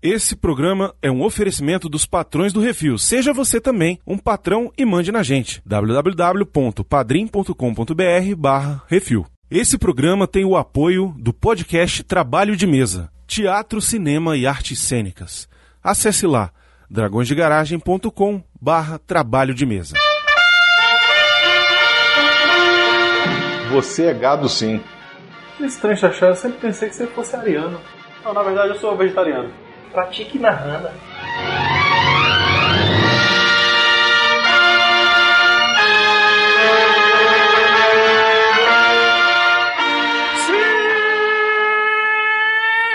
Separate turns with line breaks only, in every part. Esse programa é um oferecimento dos patrões do Refil. Seja você também um patrão e mande na gente. www.padrim.com.br barra Refil. Esse programa tem o apoio do podcast Trabalho de Mesa, Teatro, Cinema e Artes Cênicas. Acesse lá dragõesdegaragem.com barra Trabalho de Mesa.
Você é gado sim.
É Estranho, Xaxá, eu sempre pensei que você fosse ariano. Não, na verdade eu sou vegetariano.
Pratique narrando.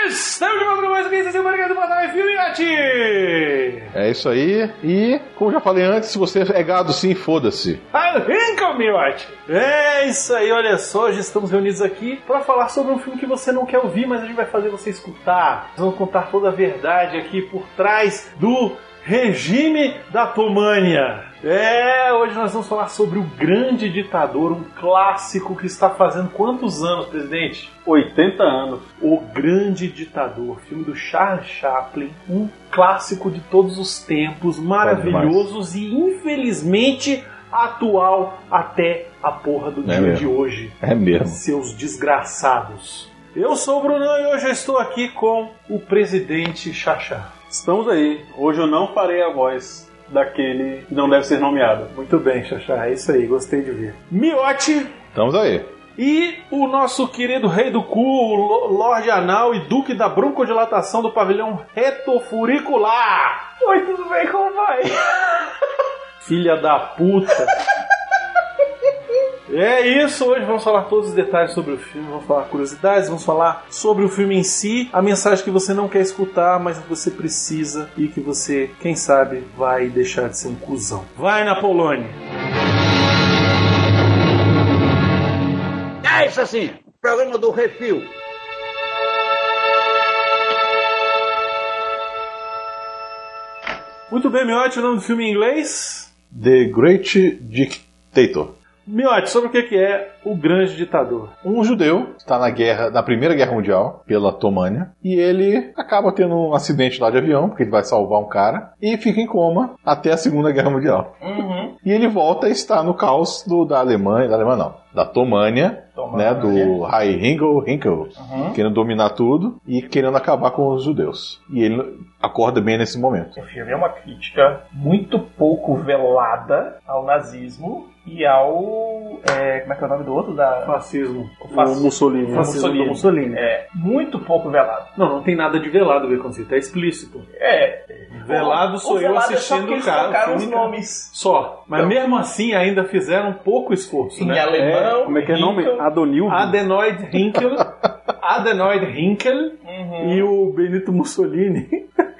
Estamos de volta com mais um vídeo, obrigado por dar filme
É isso aí. E, como já falei antes, se você é gado sim, foda-se.
Arranca, Miwati! É isso aí, olha só, hoje estamos reunidos aqui para falar sobre um filme que você não quer ouvir, mas a gente vai fazer você escutar. Nós vamos contar toda a verdade aqui por trás do regime da Tomânia. É, hoje nós vamos falar sobre o grande ditador, um clássico que está fazendo quantos anos, presidente?
80 anos.
O Grande Ditador, filme do Charles Chaplin, um clássico de todos os tempos, maravilhosos e infelizmente atual até a porra do
É
dia
mesmo.
de hoje.
É mesmo.
Seus desgraçados. Eu sou o Brunão e hoje eu estou aqui com o presidente Chachá.
Estamos aí. Hoje eu não farei a voz daquele que não deve ser nomeado.
Muito bem, Chachá, é isso aí, gostei de ver. Miote
Estamos aí.
E o nosso querido rei do cu, o Lo- Lorde Anal e Duque da Broncodilatação do Pavilhão Retofuricular. Oi, tudo bem? Como vai? Filha da puta. É isso, hoje vamos falar todos os detalhes sobre o filme, vamos falar curiosidades, vamos falar sobre o filme em si, a mensagem que você não quer escutar, mas que você precisa e que você, quem sabe, vai deixar de ser um cuzão. Vai na Polônia!
É isso assim, programa do refil.
Muito bem, Miotti, o nome do filme é em inglês?
The Great Dictator.
Miotti, sobre o que que é o grande ditador?
Um judeu que está na guerra, na Primeira Guerra Mundial, pela Tomânia, e ele acaba tendo um acidente lá de avião, porque ele vai salvar um cara, e fica em coma até a Segunda Guerra Mundial. E ele volta e está no caos do, da Alemanha, da Alemanha não, da Tomânia, né, do High Hinkel, Hinkel, querendo dominar tudo e querendo acabar com os judeus. E ele acorda bem nesse momento.
O filme é uma crítica muito pouco velada ao nazismo e ao. é, como é que é o nome do outro? Da,
Fascismo.
o fascismo.
Mussolini. Fascismo do
Mussolini.
Mussolini.
É, muito pouco velado.
Não, não tem nada de velado, Beconzito, é explícito.
É.
Velado sou
o
eu
velado é só
assistindo
porque
o
eles
cara.
trocaram
o
os
filme, cara.
nomes.
Só. Mas
Então-
mesmo assim ainda fizeram pouco esforço,
Em
né?
alemão.
Como é que é o nome?
Hinkel.
Adonil?
Adenoid Hinkel, Adenoid Hinkel
Uhum.
e o Benito Mussolini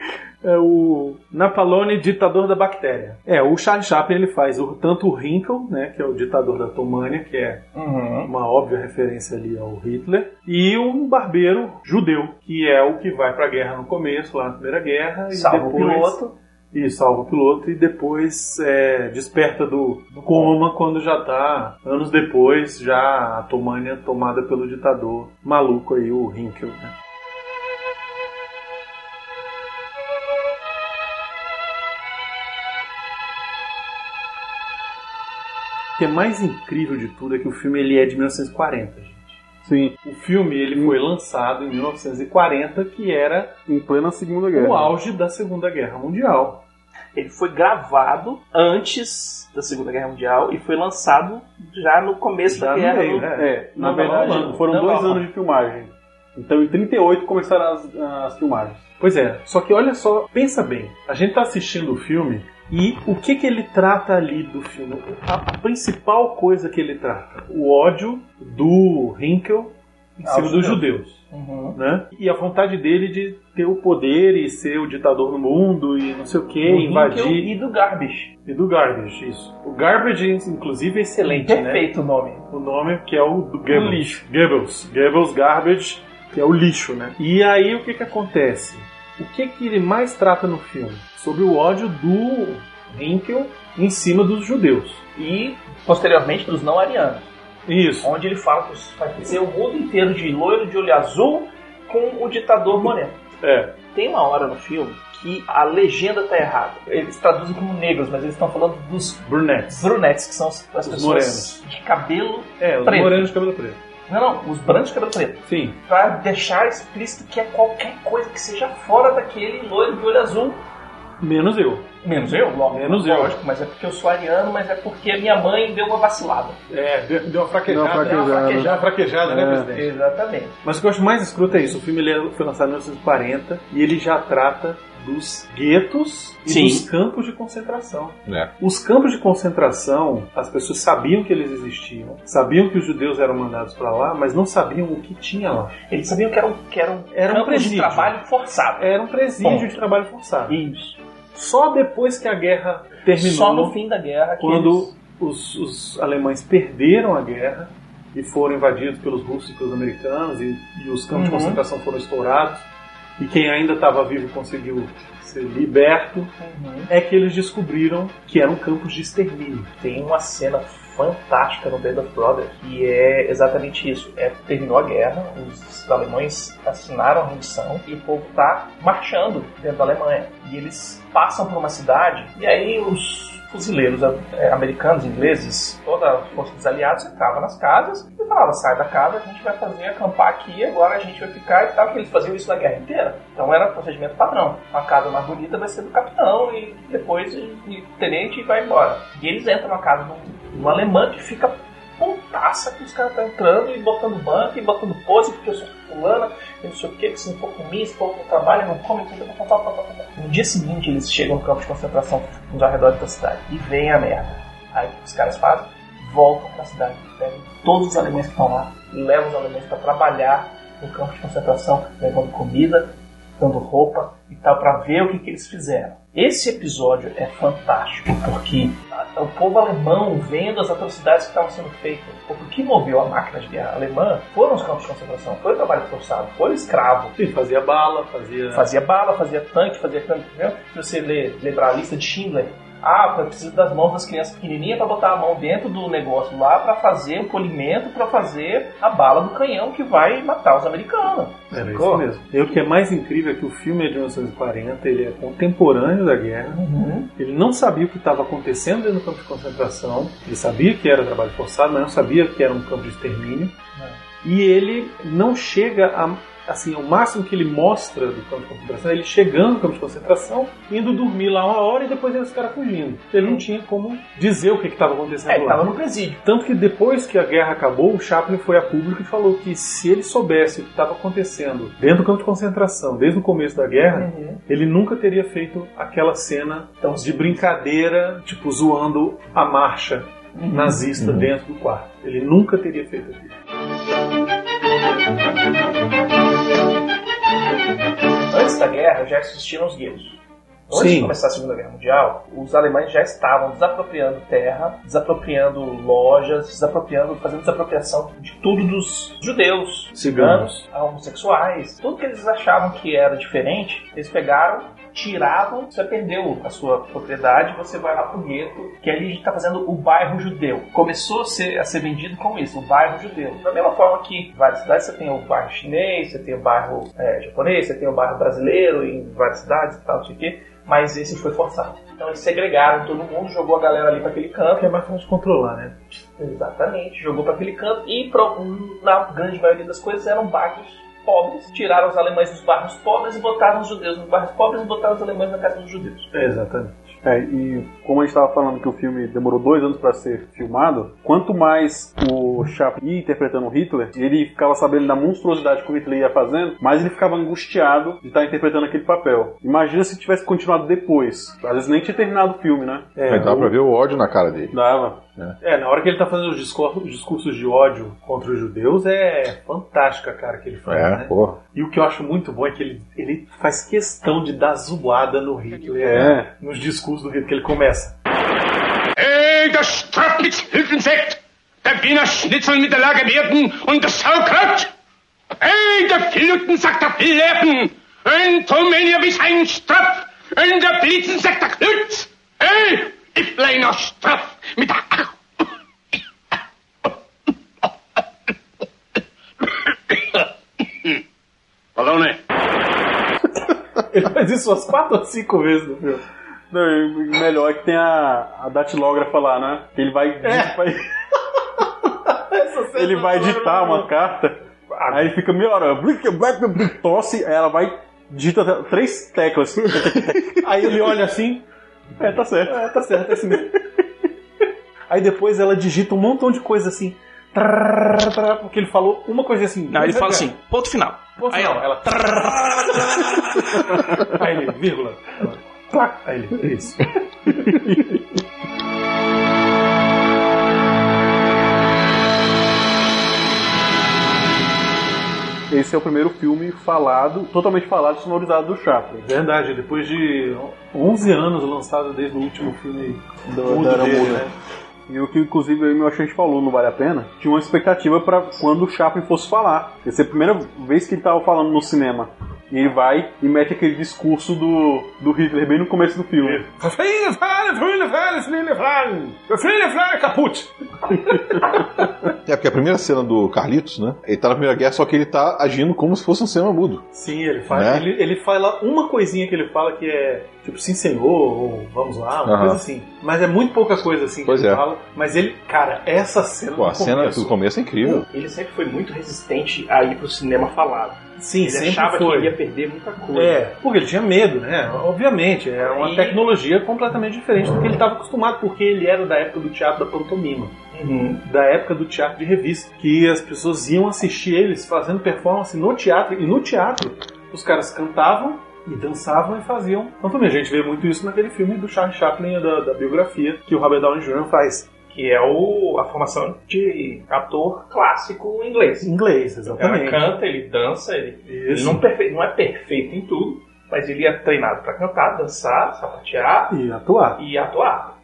é o Napalone, ditador da bactéria. É, o Charles Chaplin ele faz o, tanto o Hinkel, né, que é o ditador da Tomânia, que é
Uhum.
uma óbvia referência ali ao Hitler, e um barbeiro judeu, que é o que vai pra guerra no começo, lá na Primeira Guerra, e
Salva o
depois...
piloto.
E salva o piloto e depois é, desperta do, do coma quando já tá, anos depois, já a Tomânia tomada pelo ditador maluco aí, o Hinkel. né? O que é mais incrível de tudo é que o filme ele é de 1940, gente.
Sim, Hum.
O filme ele foi lançado em 1940, que era
em plena Segunda Guerra.
o auge da Segunda Guerra Mundial.
Ele foi gravado antes da Segunda Guerra Mundial e foi lançado já no começo
Já
da
no
guerra.
meio,
no-
né?
É, na
Não,
verdade,
não, não.
foram
Não,
dois
não.
anos de filmagem. Então, em 38 começaram as, as filmagens.
Pois é, só que olha só, pensa bem, a gente tá assistindo o filme e o que que ele trata ali do filme? A, a principal coisa que ele trata, o ódio do Hinkel em
Aos
cima dos
judeus.
judeus,
Uhum.
né? E a vontade dele de ter o poder e ser o ditador no mundo e não sei o que,
Do Hinkel
invadir.
e do Garbage.
E do Garbage, isso. O Garbage, inclusive, é excelente, né?
Perfeito o nome.
o nome que é o do Goebbels.
O lixo.
Goebbels. Goebbels Garbage, que é o lixo, né? E aí o que que acontece? O que que ele mais trata no filme? Sobre o ódio do Hinkel em cima dos judeus.
E posteriormente dos não arianos.
Isso.
onde ele fala que os- vai ser o mundo inteiro de loiro de olho azul com o ditador moreno.
É.
tem uma hora no filme que a legenda tá errada. Eles traduzem como negros, mas eles estão falando dos
Brunettes.
brunettes, que são as as pessoas
morenos.
de cabelo.
É, os
Preto.
morenos de cabelo preto.
Não, não, os brancos de cabelo preto.
Sim.
Pra deixar explícito que é qualquer coisa que seja fora daquele loiro de olho azul.
Menos eu.
Menos eu, lógico.
Menos eu.
Lógico, mas é porque eu sou ariano, mas é porque a minha mãe deu uma vacilada.
É, deu deu uma fraquejada.
Deu uma fraquejada.
Deu uma fraquejada, né,
É.
presidente?
Exatamente.
Mas o que eu acho mais escroto é isso. O filme ele é- foi lançado em 1940 e ele já trata dos guetos e
Sim.
dos campos de concentração.
É.
Os campos de concentração, as pessoas sabiam que eles existiam, sabiam que os judeus eram mandados pra lá, mas não sabiam o que tinha lá.
Eles sabiam que era um, que era um,
Era um
campo de
presídio.
trabalho forçado.
Era um presídio
Ponto.
de trabalho forçado.
Isso.
Só depois que a guerra terminou,
Só no fim da guerra que
quando
eles-
os, os alemães perderam a guerra e foram invadidos pelos russos e pelos americanos e, e os campos de
Uhum.
concentração foram estourados e quem ainda estava vivo conseguiu ser liberto
Uhum.
é que eles descobriram que eram campos de extermínio.
tem uma cena fantástica no Band of Brothers que é exatamente isso. É, terminou a guerra, os alemães assinaram a rendição e o povo tá marchando dentro da Alemanha. E eles passam por uma cidade e aí os fuzileiros é, americanos, ingleses, toda a força dos aliados entrava nas casas e falava, sai da casa, a gente vai fazer acampar aqui, agora a gente vai ficar e tal, porque eles faziam isso na guerra inteira. Então era procedimento padrão. A casa mais bonita vai ser do capitão e depois o tenente e vai embora. E eles entram na casa de um, de um alemão que fica pontaça que os caras estão entrando e botando banco e botando pose porque eu sou fulana e não sei o que, que se não for comigo, se for pro trabalho, não come, que pá, pá, pá, pá, pá. No dia seguinte eles chegam no campo de concentração nos arredores da cidade e vem a merda. Aí o que os caras fazem? Voltam pra cidade, pegam todos os alemães que estão lá, levam os alemães para trabalhar no campo de concentração, levando comida, dando roupa e tal, pra ver o que, que eles fizeram. Esse episódio é fantástico, porque a- o povo alemão vendo as atrocidades que estavam sendo feitas, porque o que moveu a máquina de guerra alemã foram os campos de concentração, foi o trabalho forçado, foi o escravo,
Sim, fazia bala, fazia.
Fazia bala, fazia tanque, fazia tanque. Entendeu? Se você ler, lembrar a lista de Schindler, ah, eu preciso das mãos das crianças pequenininhas para botar a mão dentro do negócio lá para fazer o polimento, para fazer a bala do canhão que vai matar os americanos.
Era isso
Sacou?
mesmo. E o que é mais incrível é que o filme é de 1940, ele é contemporâneo da guerra.
Uhum.
Ele não sabia o que estava acontecendo dentro do campo de concentração. Ele sabia que era trabalho forçado, mas não sabia que era um campo de extermínio.
É.
E ele não chega a. Assim, o máximo que ele mostra do campo de concentração é ele chegando no campo de concentração, indo dormir lá uma hora e depois eles ficaram fugindo. Ele não tinha como dizer o que estava acontecendo
É, ele
lá.
tava no presídio.
Tanto que depois que a guerra acabou, o Chaplin foi a público e falou que se ele soubesse o que estava acontecendo dentro do campo de concentração, desde o começo da guerra, ele nunca teria feito aquela cena
Então,
de brincadeira, tipo, zoando a marcha nazista dentro do quarto. Ele nunca teria feito aquilo.
Antes da guerra já existiam os guetos. Antes
Sim.
de começar a Segunda Guerra Mundial, os alemães já estavam desapropriando terra, desapropriando lojas, desapropriando, fazendo desapropriação de tudo dos judeus,
Ciganos.
ciganos, homossexuais, tudo que eles achavam que era diferente, eles pegaram, tiravam, você perdeu a sua propriedade, você vai lá pro gueto, que ali a gente tá fazendo o bairro judeu. Começou a ser, a ser vendido como isso, o bairro judeu. Da mesma forma que em várias cidades você tem o bairro chinês, você tem o bairro é, japonês, você tem o bairro brasileiro em várias cidades e tal, não sei o quê, mas esse foi forçado. Então eles segregaram todo mundo, jogou a galera ali para aquele canto,
Porque é mais fácil de controlar, né?
Exatamente, jogou para aquele canto e pra- na grande maioria das coisas eram bairros pobres. Tiraram os alemães dos bairros pobres e botaram os judeus nos bairros pobres e botaram os alemães na casa dos judeus.
exatamente.
É, e como a gente estava falando que o filme demorou dois anos para ser filmado, quanto mais o Chaplin ia interpretando o Hitler, ele ficava sabendo da monstruosidade que o Hitler ia fazendo, mas ele ficava angustiado de estar interpretando aquele papel. Imagina se tivesse continuado depois. Às vezes nem tinha terminado o filme, né?
É,
Aí dá
o-
pra ver o ódio na cara dele.
Dava.
é, na hora que ele tá fazendo os discor- os discursos, de ódio contra os judeus, é fantástica a cara que ele faz,
É,
né?
porra.
E o que eu acho muito bom é que ele, ele faz questão de dar zoada no Hitler, né? nos discursos do Hitler, que ele começa.
Hey, Äh, das Straplitz-Hilfensekt, der Wiener Schnitzel mit der Lagerwerten und das Saukraut. Hey, der Filuten sagt der Filleppen, ein Tomelier bis ein Strapf, ein der Blitzen sagt der Knütz. Hey, ich bleiner Strapf mit der Ach. Ballone.
Ele faz isso umas quatro ou cinco vezes no filme.
Não, e o melhor é que tem a, a datilógrafa lá, né? Ele vai,
É.
vai-
Essa cena é
ele vai
eu não
digitar
lembro.
uma carta, aí ele fica meia hora, blic, blic, blic, tosse, aí ela vai digita três teclas.
Aí ele olha assim,
é, tá certo.
ah, tá certo, é assim mesmo. Aí depois ela digita um montão de coisa assim. trrr, trrr, Porque ele falou uma coisa assim.
Não, ele fala assim, ponto final.
Ponto
Aí
final.
ela,
Aí ele, vírgula. Ela, plac, Aí ele, é isso.
Esse é o primeiro filme falado, totalmente falado e sonorizado do Chaplin.
Verdade, depois de 11 anos lançado desde o último filme né?
Do, da Era Muda. E o que, inclusive, eu e meu achante falou, não vale a pena, tinha uma expectativa pra quando o Chaplin fosse falar. Essa é a primeira vez que ele tava falando no cinema. E ele vai e mete aquele discurso do, do Hitler bem no começo do filme.
Caput!
É porque a primeira cena do Carlitos, né? Ele tá na Primeira Guerra, só que ele tá agindo como se fosse um cinema mudo.
Sim, ele faz.
Né?
Ele, ele fala uma coisinha que ele fala que é tipo sim senhor, ou vamos lá, uma
Aham.
coisa assim. Mas é muito pouca coisa assim que
Pois
ele
é.
fala. Mas ele, cara, essa cena.
um
Pô,
do
a cena
começo-
do começo é incrível.
Ele sempre foi muito resistente a ir pro cinema falado.
Sim,
Ele
sempre
achava
foi.
que ia perder muita coisa.
É, porque ele tinha medo, né? Obviamente, é uma
E-
tecnologia completamente diferente do que ele estava acostumado, porque ele era da época do teatro da pantomima,
Uhum.
da época do teatro de revista, que as pessoas iam assistir eles fazendo performance no teatro, e no teatro os caras cantavam e dançavam e faziam pantomima. A gente vê muito isso naquele filme do Charles Chaplin, da, da biografia, que o Robert Downey Jr. faz
Que é o, a formação de ator clássico inglês.
em inglês,
O cara
exatamente.
canta, ele dança, ele, ele
Isso.
não, perfe- não é perfeito em tudo, mas ele é treinado pra cantar, dançar, sapatear
E atuar.
e atuar.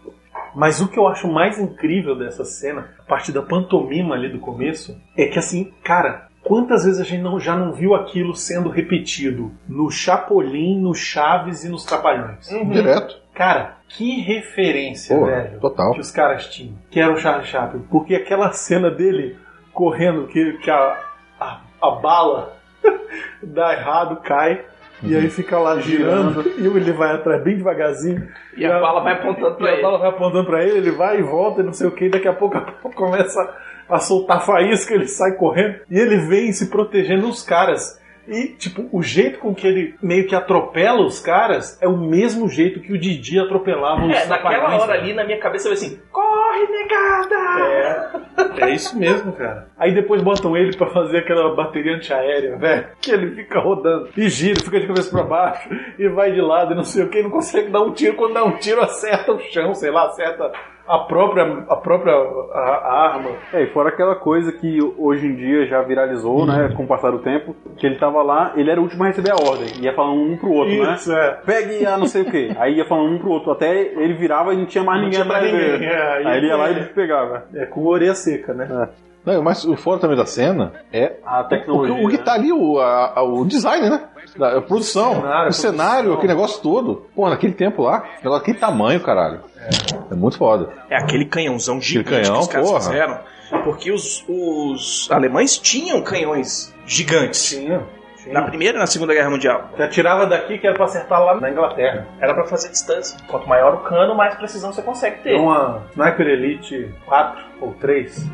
Mas o que eu acho mais incrível dessa cena, a parte da pantomima ali do começo, é que assim, cara, quantas vezes a gente não- já não viu aquilo sendo repetido no Chapolin, no Chaves e nos Trapalhões?
Hum.
Uhum.
Direto.
Cara, que referência,
Pô,
velho,
total.
que os caras tinham, que era o Charles Chaplin. Porque aquela cena dele correndo, que, que a, a, a bala dá errado, cai, e aí fica lá girando, e ele vai atrás bem devagarzinho.
E a bala vai apontando pra
E a
ele.
bala vai apontando pra ele, ele vai e volta, e não sei o que, e daqui a pouco a bala começa a soltar faísca, ele sai correndo, e ele vem se protegendo dos caras. E, tipo, o jeito com que ele meio que atropela os caras é o mesmo jeito que o Didi atropelava os
É, naquela
trapalhões,
hora
né?
ali na minha cabeça eu falei assim: corre, negada!
É isso mesmo, cara. Aí depois botam ele pra fazer aquela bateria antiaérea, velho. Que ele fica rodando e gira, fica de cabeça pra baixo e vai de lado e não sei o que, não consegue dar um tiro. Quando dá um tiro, acerta o chão, sei lá, acerta a própria, a própria a- a arma.
É, e fora aquela coisa que hoje em dia já viralizou, né,
Uhum.
com o passar do tempo, que ele tava lá, ele era o último a receber a ordem, ia falando um pro outro, né?
Isso, é.
Pegue a não sei o que. Aí ia falando um pro outro, até ele virava e não tinha mais
Não
ninguém
tinha mais
atrás dele.
ninguém, é, aí
aí ele ia lá
ele-
e pegava.
É com orelha seca, né?
Não, mas o fora também da cena é
A
o,
tecnologia. né?
o que tá ali, o, a- a- o design, né? Da- A produção, o cenário,
a produção.
aquele negócio todo. Pô, naquele tempo lá, pelo aquele tamanho, caralho. É muito foda.
É aquele canhãozão gigante
canhão,
que os caras
porra.
fizeram. Porque os, os alemães tinham canhões gigantes.
Tinha.
Na primeira e na segunda guerra mundial.
Já tirava daqui que era pra acertar lá na Inglaterra.
Era pra fazer distância. Quanto maior o cano, mais precisão você consegue ter.
Tem uma Sniper Elite 4 ou 3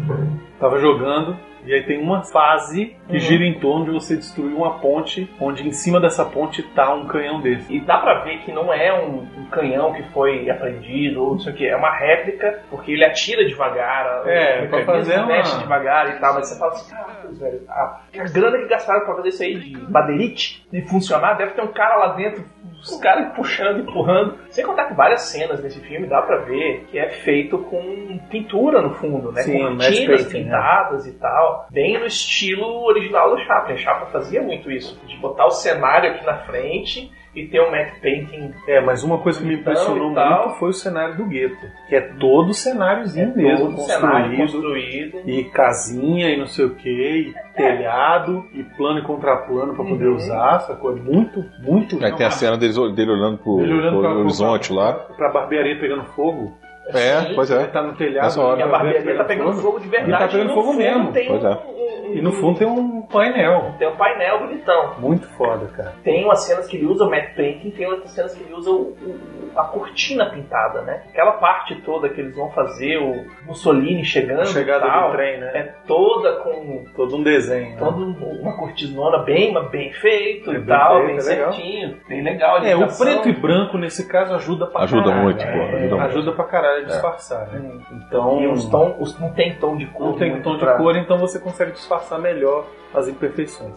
tava jogando. E aí tem uma fase
Uhum.
que gira em torno de você destruir uma ponte, onde em cima dessa ponte tá um canhão desse.
E dá pra ver que não é um, um canhão que foi aprendido ou não sei o que, é uma réplica, porque ele atira devagar,
É,
o
pra
mecanismo
fazer uma-
mexe devagar e tal, mas você fala assim, caracas, velho, a, a grana que gastaram pra fazer isso aí de baderite e funcionar, deve ter um cara lá dentro, os caras puxando, empurrando. Sem contar que várias cenas desse filme dá pra ver que é feito com pintura no fundo, né?
Sim,
com
matte
cortinas
painting, né?
pintadas e tal, bem no estilo original do Chaplin. Chaplin fazia muito isso, de botar o cenário aqui na frente e ter um matte painting
É, mas uma coisa que me
Então,
impressionou
e tal. É
muito foi o cenário do gueto. Que é todo cenáriozinho mesmo,
todo
construído.
um cenário construído. É.
E casinha e não sei o que, e telhado, e plano e contraplano pra poder
Uhum.
usar, sacou? É muito, muito...
Aí tem a cena deles- dele, olhando pro,
Ele olhando
pro
pra-
horizonte lá.
Pra barbearia
tá
pegando fogo.
É,
Sim.
pois
Ele
é.
tá no telhado.
Nessa hora.
tá
E a barbearia tá pegando fogo de verdade.
E tá pegando
no
fogo
fundo
mesmo.
Tem
Pois é.
um, um-
E no fundo tem um
painel.
Tem um painel bonitão.
Muito foda, cara.
Tem umas cenas que ele usa o matte painting, tem outras cenas que ele usa o- o- a cortina pintada, né? Aquela parte toda que eles vão fazer, o Mussolini chegando e
Chegada
tal,
do trem, né?
é toda com
Todo um desenho. né?
toda um- uma cortinona bem, mas bem feito
É
e
bem
tal,
feito,
bem
é legal.
certinho, bem legal. a
É, o
iluminação.
preto e branco nesse caso ajuda pra
Ajuda
caralho. né?
muito, pô, ajuda muito. É.
Ajuda pra caralho a disfarçar, né? Então,
E
um-
os tom, os, não tem tom de cor.
não tem
muito
tom de
pra-
cor, então você consegue disfarçar melhor as imperfeições.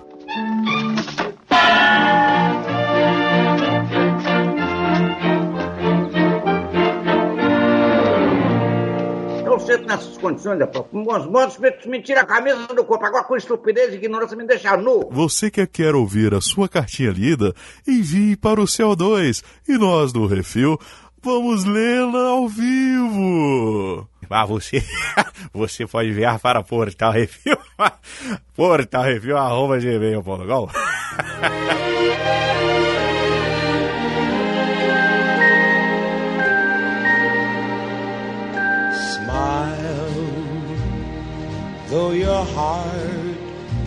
Eu sento nessas condições, da própria. Com bons modos, me, me tira a camisa do corpo. Agora, com estupidez e ignorância, me deixa nu.
Você que quer ouvir a sua cartinha lida, envie para o CO2 e nós do Refil vamos lê-la ao vivo. Ah, você, você pode enviar para Portal Refil, portal refil arroba gmail.com.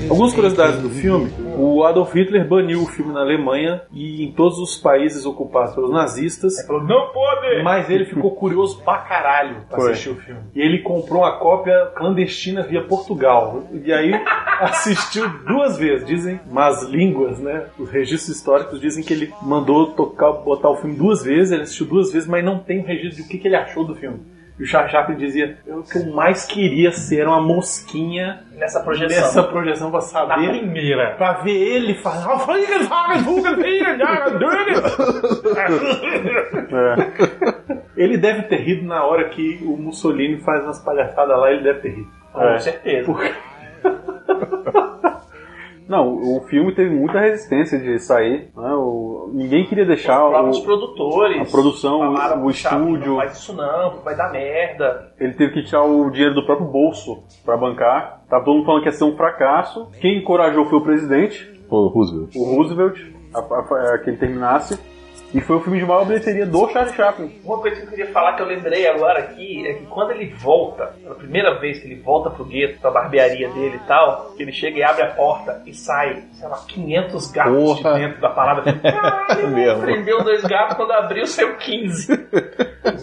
Algumas curiosidades do filme. O Adolf Hitler baniu o filme na Alemanha e em todos os países ocupados pelos nazistas.
Ele É, falou, não pode!
Mas ele ficou curioso pra caralho pra
Foi.
assistir o filme. E ele comprou uma cópia clandestina via Portugal. E aí assistiu duas vezes, dizem. Mas línguas, né? Os registros históricos dizem que ele mandou tocar, botar o filme duas vezes, ele assistiu duas vezes, mas não tem o registro de o que, que ele achou do filme. E o Charles Chaplin dizia: "Eu- o que eu mais queria ser era uma mosquinha
Nessa projeção.
nessa projeção pra
Na
saber
Primeira.
Pra ver ele falar. "Ah, É. Ele deve ter rido na hora que o Mussolini faz umas palhaçadas lá, ele deve ter rido. É.
Com certeza.
Não, o filme teve muita resistência de sair. né? O- ninguém queria deixar
Os próprios
o,
produtores.
a produção,
falaram,
o
"Chato, Não
estúdio.
faz isso não, vai dar merda.
Ele teve que tirar o dinheiro do próprio bolso pra bancar. Tá todo mundo falando que ia ser um fracasso. Quem encorajou foi o presidente,
Pô, Roosevelt.
o Roosevelt, a, a- a- que ele terminasse. E foi o filme de maior bilheteria do Charles Chaplin.
Uma coisa que eu queria falar que eu lembrei agora aqui é que quando ele volta, a primeira vez que ele volta pro gueto, pra barbearia dele e tal, ele chega e abre a porta e sai, sei lá, 500 gatos
Porra.
de dentro da parada. Eu falei,
É
Caralho,
Mesmo.
prendeu dois gatos quando abriu, saiu 15.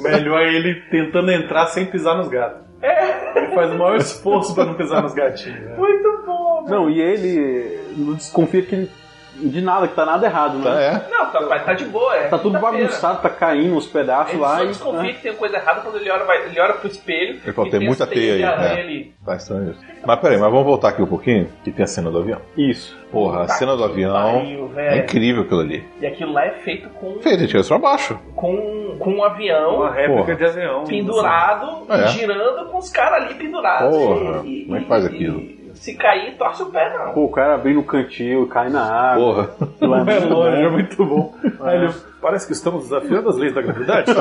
Melhor é ele tentando entrar sem pisar nos gatos. Ele faz o maior esforço pra não pisar nos gatinhos. né?
É. Muito bom.
Não, e ele não desconfia que ele, de nada, que tá nada errado, né?
Tá, é.
Não, tá, vai, tá de boa, é.
Tá tudo
quinta-feira.
bagunçado, tá caindo os pedaços
Ele
lá.
só
e-
desconfia
né?
que tem coisa errada quando ele olha, vai- ele olha pro espelho.
Ele falou,
e
"Tem muita
as teias
teia aí",
de aranha
né?
ali.
Tá estranho isso. Mas peraí, mas vamos voltar aqui um pouquinho, que tem a cena do avião.
Isso.
Porra, a cena do avião
Pariu,
é
velho.
incrível aquilo ali.
E aquilo lá é feito com,
Feito, tira isso pra baixo.
com, com um avião.
Uma réplica
Porra.
de avião.
pendurado,
É.
girando com os caras ali pendurados.
Porra, como é que faz aquilo?
e se cair, torce o pé, não.
Pô, o cara vem no cantil, cai na água.
Porra.
Lá
É
muito
lógico,
bom.
é muito bom. Aí ele, parece que estamos desafiando as leis da gravidade.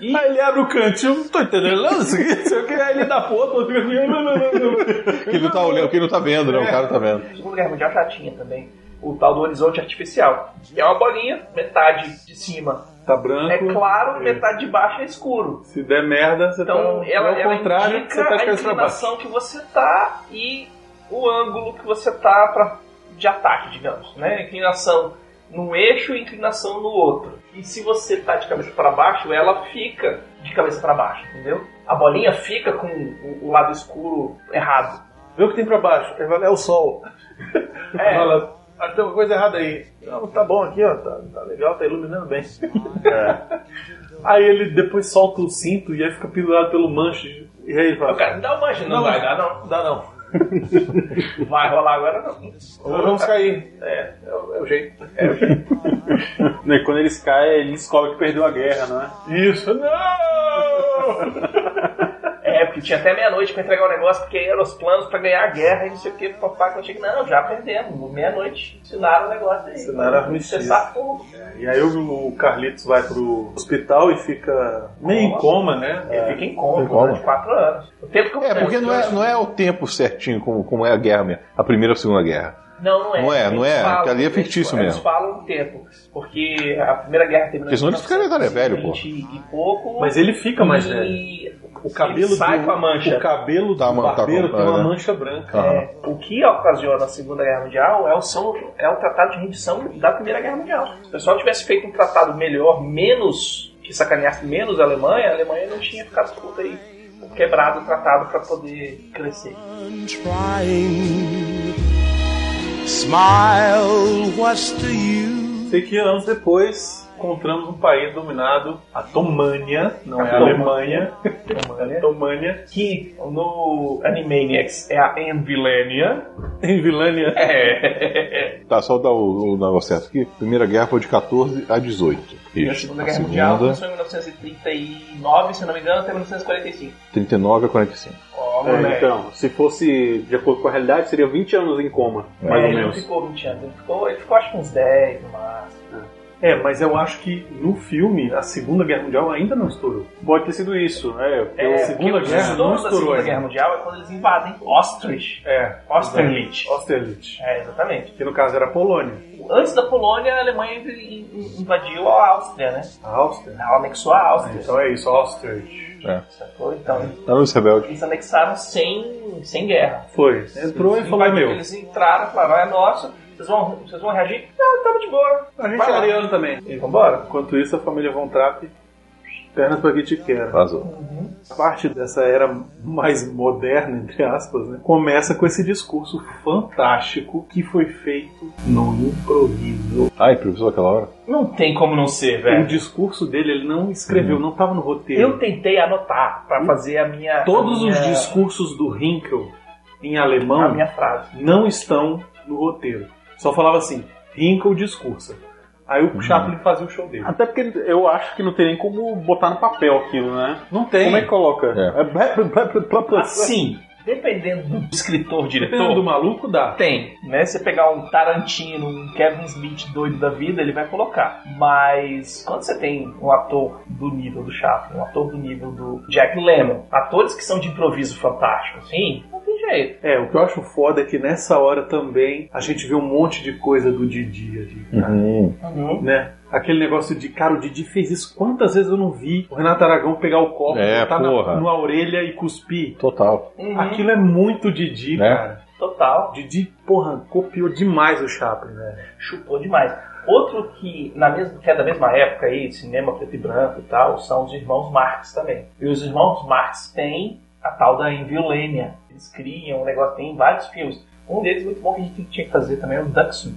Aí ele abre o cantinho, não tô entendendo nada disso aqui, não sei o que, aí ele dá ponta, fica assim,
Quem não tá olhando, quem não tá vendo, né? O cara tá vendo.
Na Segunda Guerra Mundial já tinha também o tal do horizonte artificial, que é uma bolinha, metade de cima
Tá
é
branco.
claro, metade de baixo é escuro.
Se der merda, você
Então
tá.
ela,
é ao
ela
contrário,
indica
você tá de
a
cabeça pra baixo.
inclinação que você tá e o ângulo que você tá pra, de ataque, digamos. Né? Inclinação num eixo e inclinação no outro. E se você tá de cabeça para baixo, ela fica de cabeça para baixo, entendeu? A bolinha fica com o- o lado escuro errado.
Vê o que tem pra baixo, Ele fala, é o sol.
É.
Fala, "Ah, tem uma coisa errada aí. Não, tá bom aqui, ó, tá, tá legal, tá iluminando bem.
Aí ele depois solta o cinto e aí fica pendurado pelo manche. E aí ele
O
fala.
É, cara, dá uma mancha, não, vai dar não.
Dá não.
Vai rolar agora não.
Nós vamos cair.
É, é o, é o jeito.
Né, quando eles caem, ele descobre que perdeu a guerra, não é?
Isso, não!
É, porque tinha até meia-noite pra entregar o negócio, porque eram os planos pra ganhar a guerra e não sei o que, papai, quando chega, não, já perdemos, meia-noite, ensinaram o negócio aí.
Ensinaram
Você
armistício.
sabe como.
E aí o Carlitos vai pro hospital e fica
Meio em coma, né?
É.
Ele fica em coma
Em coma.
durante quatro anos. O tempo que eu
É, porque não é, não é o tempo certinho como, como é a guerra mesmo. A primeira ou a segunda guerra.
Não, não é.
Não é, não
Eles
é.
falam,
Porque ali é
eles-
fictício
eles
mesmo.
falam um tempo. Porque a Primeira Guerra terminou
Porque senão ele ficaria velho, pô.
1920 E pouco.
Mas ele fica mais
e
velho.
O
cabelo
ele sai
do-
com a mancha.
O cabelo do
Tá, mano, tá
barbeiro tem
é,
comprado,
uma
né?
mancha branca.
Tá.
Aham.
É, o que ocasiona a Segunda Guerra Mundial é o, são, é o tratado de rendição da Primeira Guerra Mundial. Se o pessoal tivesse feito um tratado melhor, menos, que sacaneasse menos a Alemanha, a Alemanha não tinha ficado puta aí, quebrado o tratado para poder crescer.
Sei que anos depois encontramos um país dominado, a Tomânia, não é a
Tom-
Alemanha, é
Alemanha.
Tomânia,
Então, Que no Animaniacs é a Envilania.
em Vilânia.
É.
Tá, só dar o, o negócio certo aqui. Primeira guerra foi de 14 a 18.
E
Isso.
a Segunda
A
Guerra Mundial né? começou em 1939, se não me engano, até 1945.
39 a 45.
Ó,
É,
moleque.
então, se fosse de acordo com a realidade, seria 20 anos em coma, mais
É,
ou
ele
menos.
não ficou 20 anos, ele ficou, ele ficou acho que uns 10 no máximo.
É, mas eu acho que no filme a Segunda Guerra Mundial ainda não estourou.
Pode ter sido isso, é. porque
É,
o
porque
Segunda
o
Guerra não
estouro da
estourou
Segunda
ainda.
Guerra Mundial é quando eles invadem Ostrich.
É,
Austerlitz.
Austerlitz.
É, exatamente.
Que no caso era a Polônia.
Antes da Polônia, a Alemanha inv- in- invadiu a Áustria, né?
A Áustria.
Ela anexou a Áustria.
Então é isso, Austerlitz.
sacou? Então,
É. Tá no rebelde.
eles anexaram sem, sem guerra.
Foi. Entrou e falou, é meu.
Eles entraram, falaram, é nosso, vocês vão, vocês vão reagir? Não, tamo de boa.
A gente
Vai
é
lá.
ariano também.
E vambora.
Então, Enquanto isso, a família Von Trapp, pernas pra quem te quer.
Vazou.
Parte dessa era mais moderna, entre aspas, né, começa com esse discurso fantástico que foi feito no improviso.
Ai, improvisou aquela hora?
Não tem como não ser,
O
É.
velho.
discurso dele, ele não
Uhum.
escreveu, não estava no roteiro.
Eu tentei anotar pra fazer a minha... a
Todos os
minha-
discursos do Hinkel em
A
alemão
minha frase.
não estão no roteiro. Só falava assim, Hinkel discursa. Aí
Uhum.
o Chaplin fazia o show dele. Até porque eu acho que não tem nem como botar no papel aquilo, né?
Não tem.
Como é que coloca?
É.
Assim,
Dependendo do
dependendo
escritor, diretor,
do maluco, dá.
Tem, né? Você pegar um Tarantino, um Kevin Smith doido da vida, ele vai colocar. Mas quando você tem um ator do nível do Chaplin, um ator do nível do Jack Lemmon, atores que são de improviso fantástico, assim, não tem jeito.
É, o que eu acho foda é que nessa hora também a gente vê um monte de coisa do Didi ali, cara,
Uhum.
né? Aquele negócio de, cara, o Didi fez isso quantas vezes eu não vi o Renato Aragão pegar o copo,
É,
botar na,
porra.
na orelha e cuspir.
Total.
Uhum.
Aquilo é muito Didi,
Né?
cara.
Total,
Didi, porra, copiou demais o Chaplin, né?
chupou demais. Outro que, na mesma, que é da mesma época aí, cinema preto e branco e tal, são os irmãos Marx também. E os irmãos Marx têm a tal da Enviolênia. Eles criam um negócio, tem em vários filmes. Um deles muito bom que a gente tinha que fazer também é o Duck Soup.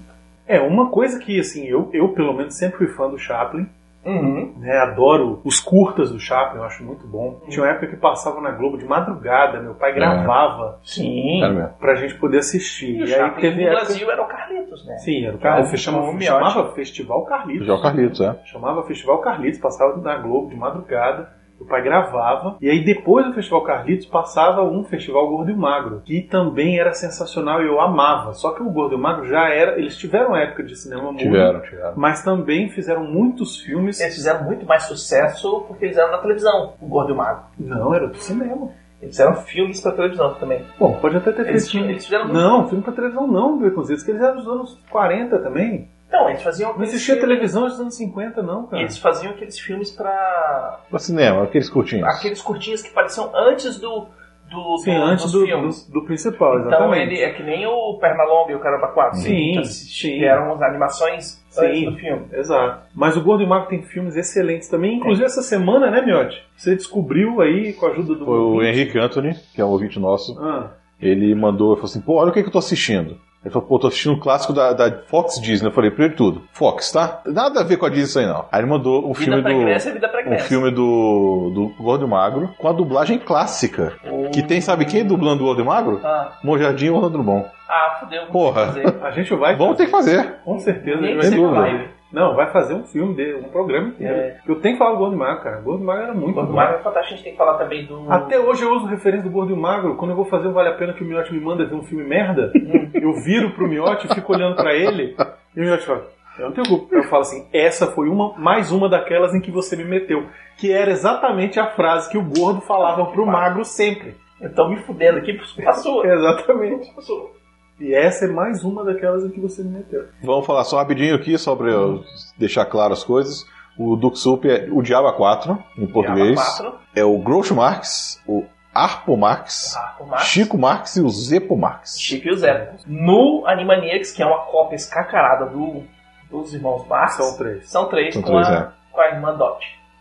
É, uma coisa que, assim, eu, eu pelo menos sempre fui fã do Chaplin,
Uhum.
né? Adoro os curtas do Chaplin, eu acho muito bom.
Uhum.
Tinha uma época que passava na Globo de madrugada, meu pai gravava
Sim.
Era mesmo.
pra gente poder assistir.
E o
E aí
Chaplin
teve
no
época...
Brasil era o Carlitos, né?
Sim, era o cara,
Cara,
chamava,
filme
chamava Festival Carlitos.
Já o Carlitos, é.
Chamava Festival Carlitos, passava na Globo de madrugada. O pai gravava, e aí depois do Festival Carlitos passava um Festival Gordo e Magro, que também era sensacional e eu amava. Só que o Gordo e o Magro já era. Eles tiveram época de cinema mudo,
Tiveram, tiveram.
mas também fizeram muitos filmes.
Eles fizeram muito mais sucesso porque eles eram na televisão, o Gordo e o Mago.
Não, era do cinema.
Eles fizeram filmes pra televisão também.
Bom, pode até ter
Eles,
feito.
tinham- eles fizeram muito.
Não, filme pra televisão não, Beconzitos, que eles eram dos anos 40 também.
Então, eles faziam.
Não
aqueles
existia
filmes-
televisão dos anos 50, não, cara.
Eles faziam aqueles filmes pra.
Pra cinema, aqueles curtinhos.
aqueles curtinhos que pareciam antes do. do
Sim,
do-
antes
dos
do,
filmes.
do- do principal,
então,
exatamente.
ele é que nem o Pernalonga e o Caramba Então, 4.
Sim,
que assisti-
sim.
Que eram as animações antes
Sim.
do filme.
Exato. Mas o Gordo e Magro tem filmes excelentes também. Inclusive essa semana, né, Miotti? Você descobriu aí com a ajuda do.
Foi o
ouvinte.
Henrique Anthony, que é um ouvinte nosso,
Ah,
ele mandou, falou assim, pô, olha o que, que eu tô assistindo. Ele falou, pô, tô assistindo um clássico da, da Fox Disney. Eu falei, primeiro de tudo, Fox, tá? Nada a ver com a Disney isso aí, não. Aí ele mandou um
Vida
filme
pra Grécia é
do...
vida pra
Um
Grécia.
filme do, do Gordo e Magro com a dublagem clássica. Que tem, sabe quem dublando o Gordo e Magro?
Ah,
Mojadinho e Orlando Drummond.
ah, fudeu. vou
Porra.
fazer.
a gente vai.
Vamos ter que fazer.
Com certeza.
Nem
a
que
gente
Sem
seja
vai.
dúvida.
live.
Não, vai fazer um filme, de, um programa inteiro.
É.
Eu tenho que falar do Gordo e Magro, cara. O Gordo e Magro era muito
Quanto
bom.
mais é fantástico, a gente tem que falar também do.
Até hoje eu uso referência do Gordo e Magro. Quando eu vou fazer o Vale a Pena que o Miotti me manda ver um filme merda, eu viro pro Miotti, fico olhando pra ele, e o Miotti fala, eu não tenho culpa. Eu falo assim, essa foi uma, mais uma daquelas em que você me meteu. Que era exatamente a frase que o gordo Ah. falava pro magro sempre.
É
Eu tô me fudendo aqui, passou.
Exatamente.
passou.
E essa é mais uma daquelas em que você me meteu.
Vamos falar só rapidinho aqui, só pra eu deixar claro as coisas. O Duke Soup é o Diaba 4, em português.
Diaba 4.
É o Groucho Marx, o Arpo Marx,
Arco Max.
Chico Marx e o Zepo Marx.
Chico e o Zé. No Animaniacs, que é uma cópia escacarada do, dos irmãos Marx,
São três.
são três,
São
com,
três, é.
a, com a irmã Dot.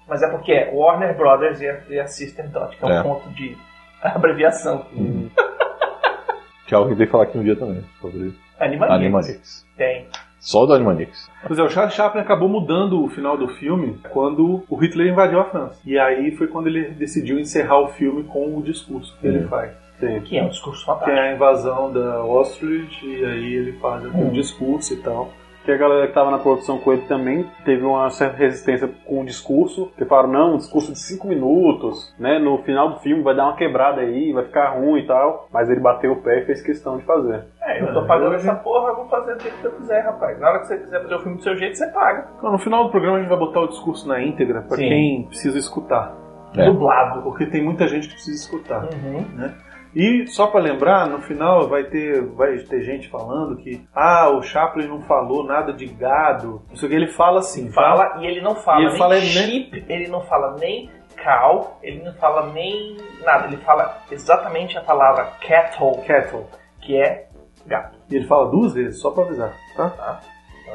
Mas é porque é Warner Brothers e a, e a System Dot, que é um
É.
ponto de abreviação.
Que é algo que eu dei falar aqui um dia também, sobre
Animaniacs.
Animaniacs.
Tem.
Só do Animaniacs.
Pois é, o Charles Chaplin acabou mudando o final do filme quando o Hitler invadiu a França. E aí foi quando ele decidiu encerrar o filme com o discurso que ele
Uhum.
faz. Sim.
Que é um discurso
Que
fantástico.
é a invasão da Ostrich, e aí ele faz aquele discurso e tal. Que a galera que tava na produção com ele também teve uma certa resistência com o discurso. Que falaram, não, um discurso de cinco minutos, né? No final do filme vai dar uma quebrada aí, vai ficar ruim e tal. Mas ele bateu o pé e fez questão de fazer.
É, eu tô pagando essa porra, eu vou fazer do jeito que eu quiser, rapaz. Na hora que você quiser fazer o filme do seu jeito, você paga.
Então, no final do programa a gente vai botar o discurso na íntegra pra
Sim.
quem precisa escutar.
É.
Dublado, porque tem muita gente que precisa escutar. E só pra lembrar, no final vai ter, vai ter gente falando que ah, o Chaplin não falou nada de gado. Não sei o que ele fala assim,
Fala e ele não fala
E ele né?
nem
fala nem-
chip, ele não fala nem cow, ele não fala nem nada. Ele fala exatamente a palavra cattle,
cattle.
que é
E ele fala duas vezes, só pra avisar, tá?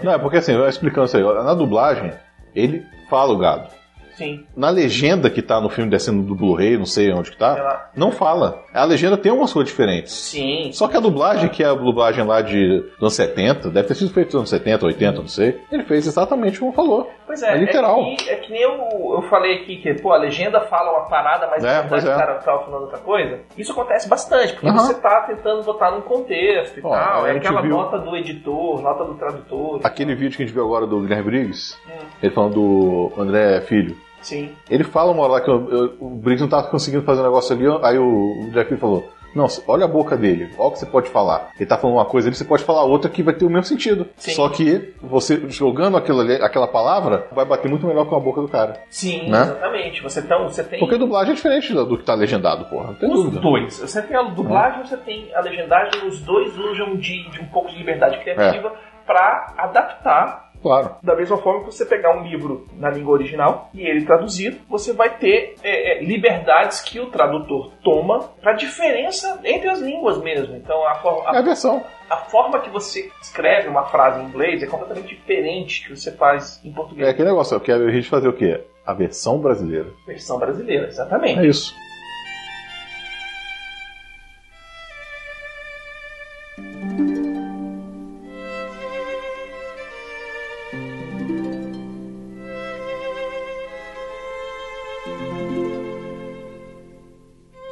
Não, é porque assim, eu explicando isso aí. Na dublagem, ele fala o gado.
sim,
Na legenda que tá no filme descendo do Blu-ray, não sei onde que tá,
ela,
não fala. A legenda tem umas coisas diferentes.
sim,
Só que a dublagem, que é a dublagem lá de dos anos 70, deve ter sido feita nos anos 70, 80, não sei. Ele fez exatamente como falou.
Pois
É
é, é,
literal.
que, é que nem eu, eu falei aqui que, pô, a legenda fala uma parada, mas
É,
na verdade
pois é.
o cara tava falando outra coisa. Isso acontece bastante, porque
Aham.
você tá tentando botar num contexto e
Ó,
tal.
a
É
gente
aquela
viu-
nota do editor, nota do tradutor. e
Aquele vídeo que a gente viu agora do Guilherme Briggs,
Hum.
ele falando do André Filho.
tal. Sim.
Ele fala uma hora lá que eu- eu- o Briggs não tava conseguindo fazer um negócio ali, aí o, o Jack Filho falou: Não, olha a boca dele, olha o que você pode falar. Ele tá falando uma coisa ali, você pode falar outra que vai ter o mesmo sentido.
Sim.
Só que você jogando aquilo ali- aquela palavra vai bater muito melhor com a boca do cara.
Sim,
Né?
exatamente. Você, tá, você tem
Porque a dublagem é diferente do do que tá legendado, porra. Não tem
os
dúvida.
dois. Você tem a dublagem, você tem a legendagem, os dois usam de, de um pouco de liberdade criativa pra adaptar
Claro.
Da mesma forma que você pegar um livro na língua original e ele traduzido, você vai ter é, é, liberdades que o tradutor toma para diferença entre as línguas mesmo. Então a, for-
É
a-
a versão.
a forma que você escreve uma frase em inglês é completamente diferente que você faz em
É
português.
aquele negócio, porque a gente fazer o quê? A versão brasileira.
Versão brasileira, exatamente.
É isso.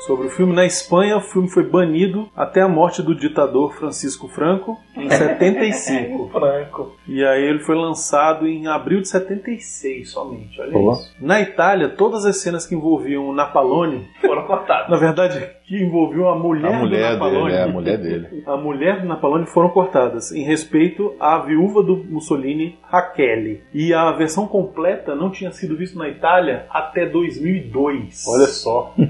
Sobre o filme, na Espanha o filme foi banido até a morte do ditador Francisco Franco em 75.
Franco.
e aí ele foi lançado em abril de 76 somente, olha
Pô.
isso. Na Itália, todas as cenas que envolviam o Napalone
Foram cortados.
Na verdade, que envolveu a mulher,
A mulher
do Napalone.
dele, é, a mulher dele.
A mulher do Napalone foram cortadas, em respeito à viúva do Mussolini, Raquel. E a versão completa não tinha sido vista na Itália até 2002.
Olha só.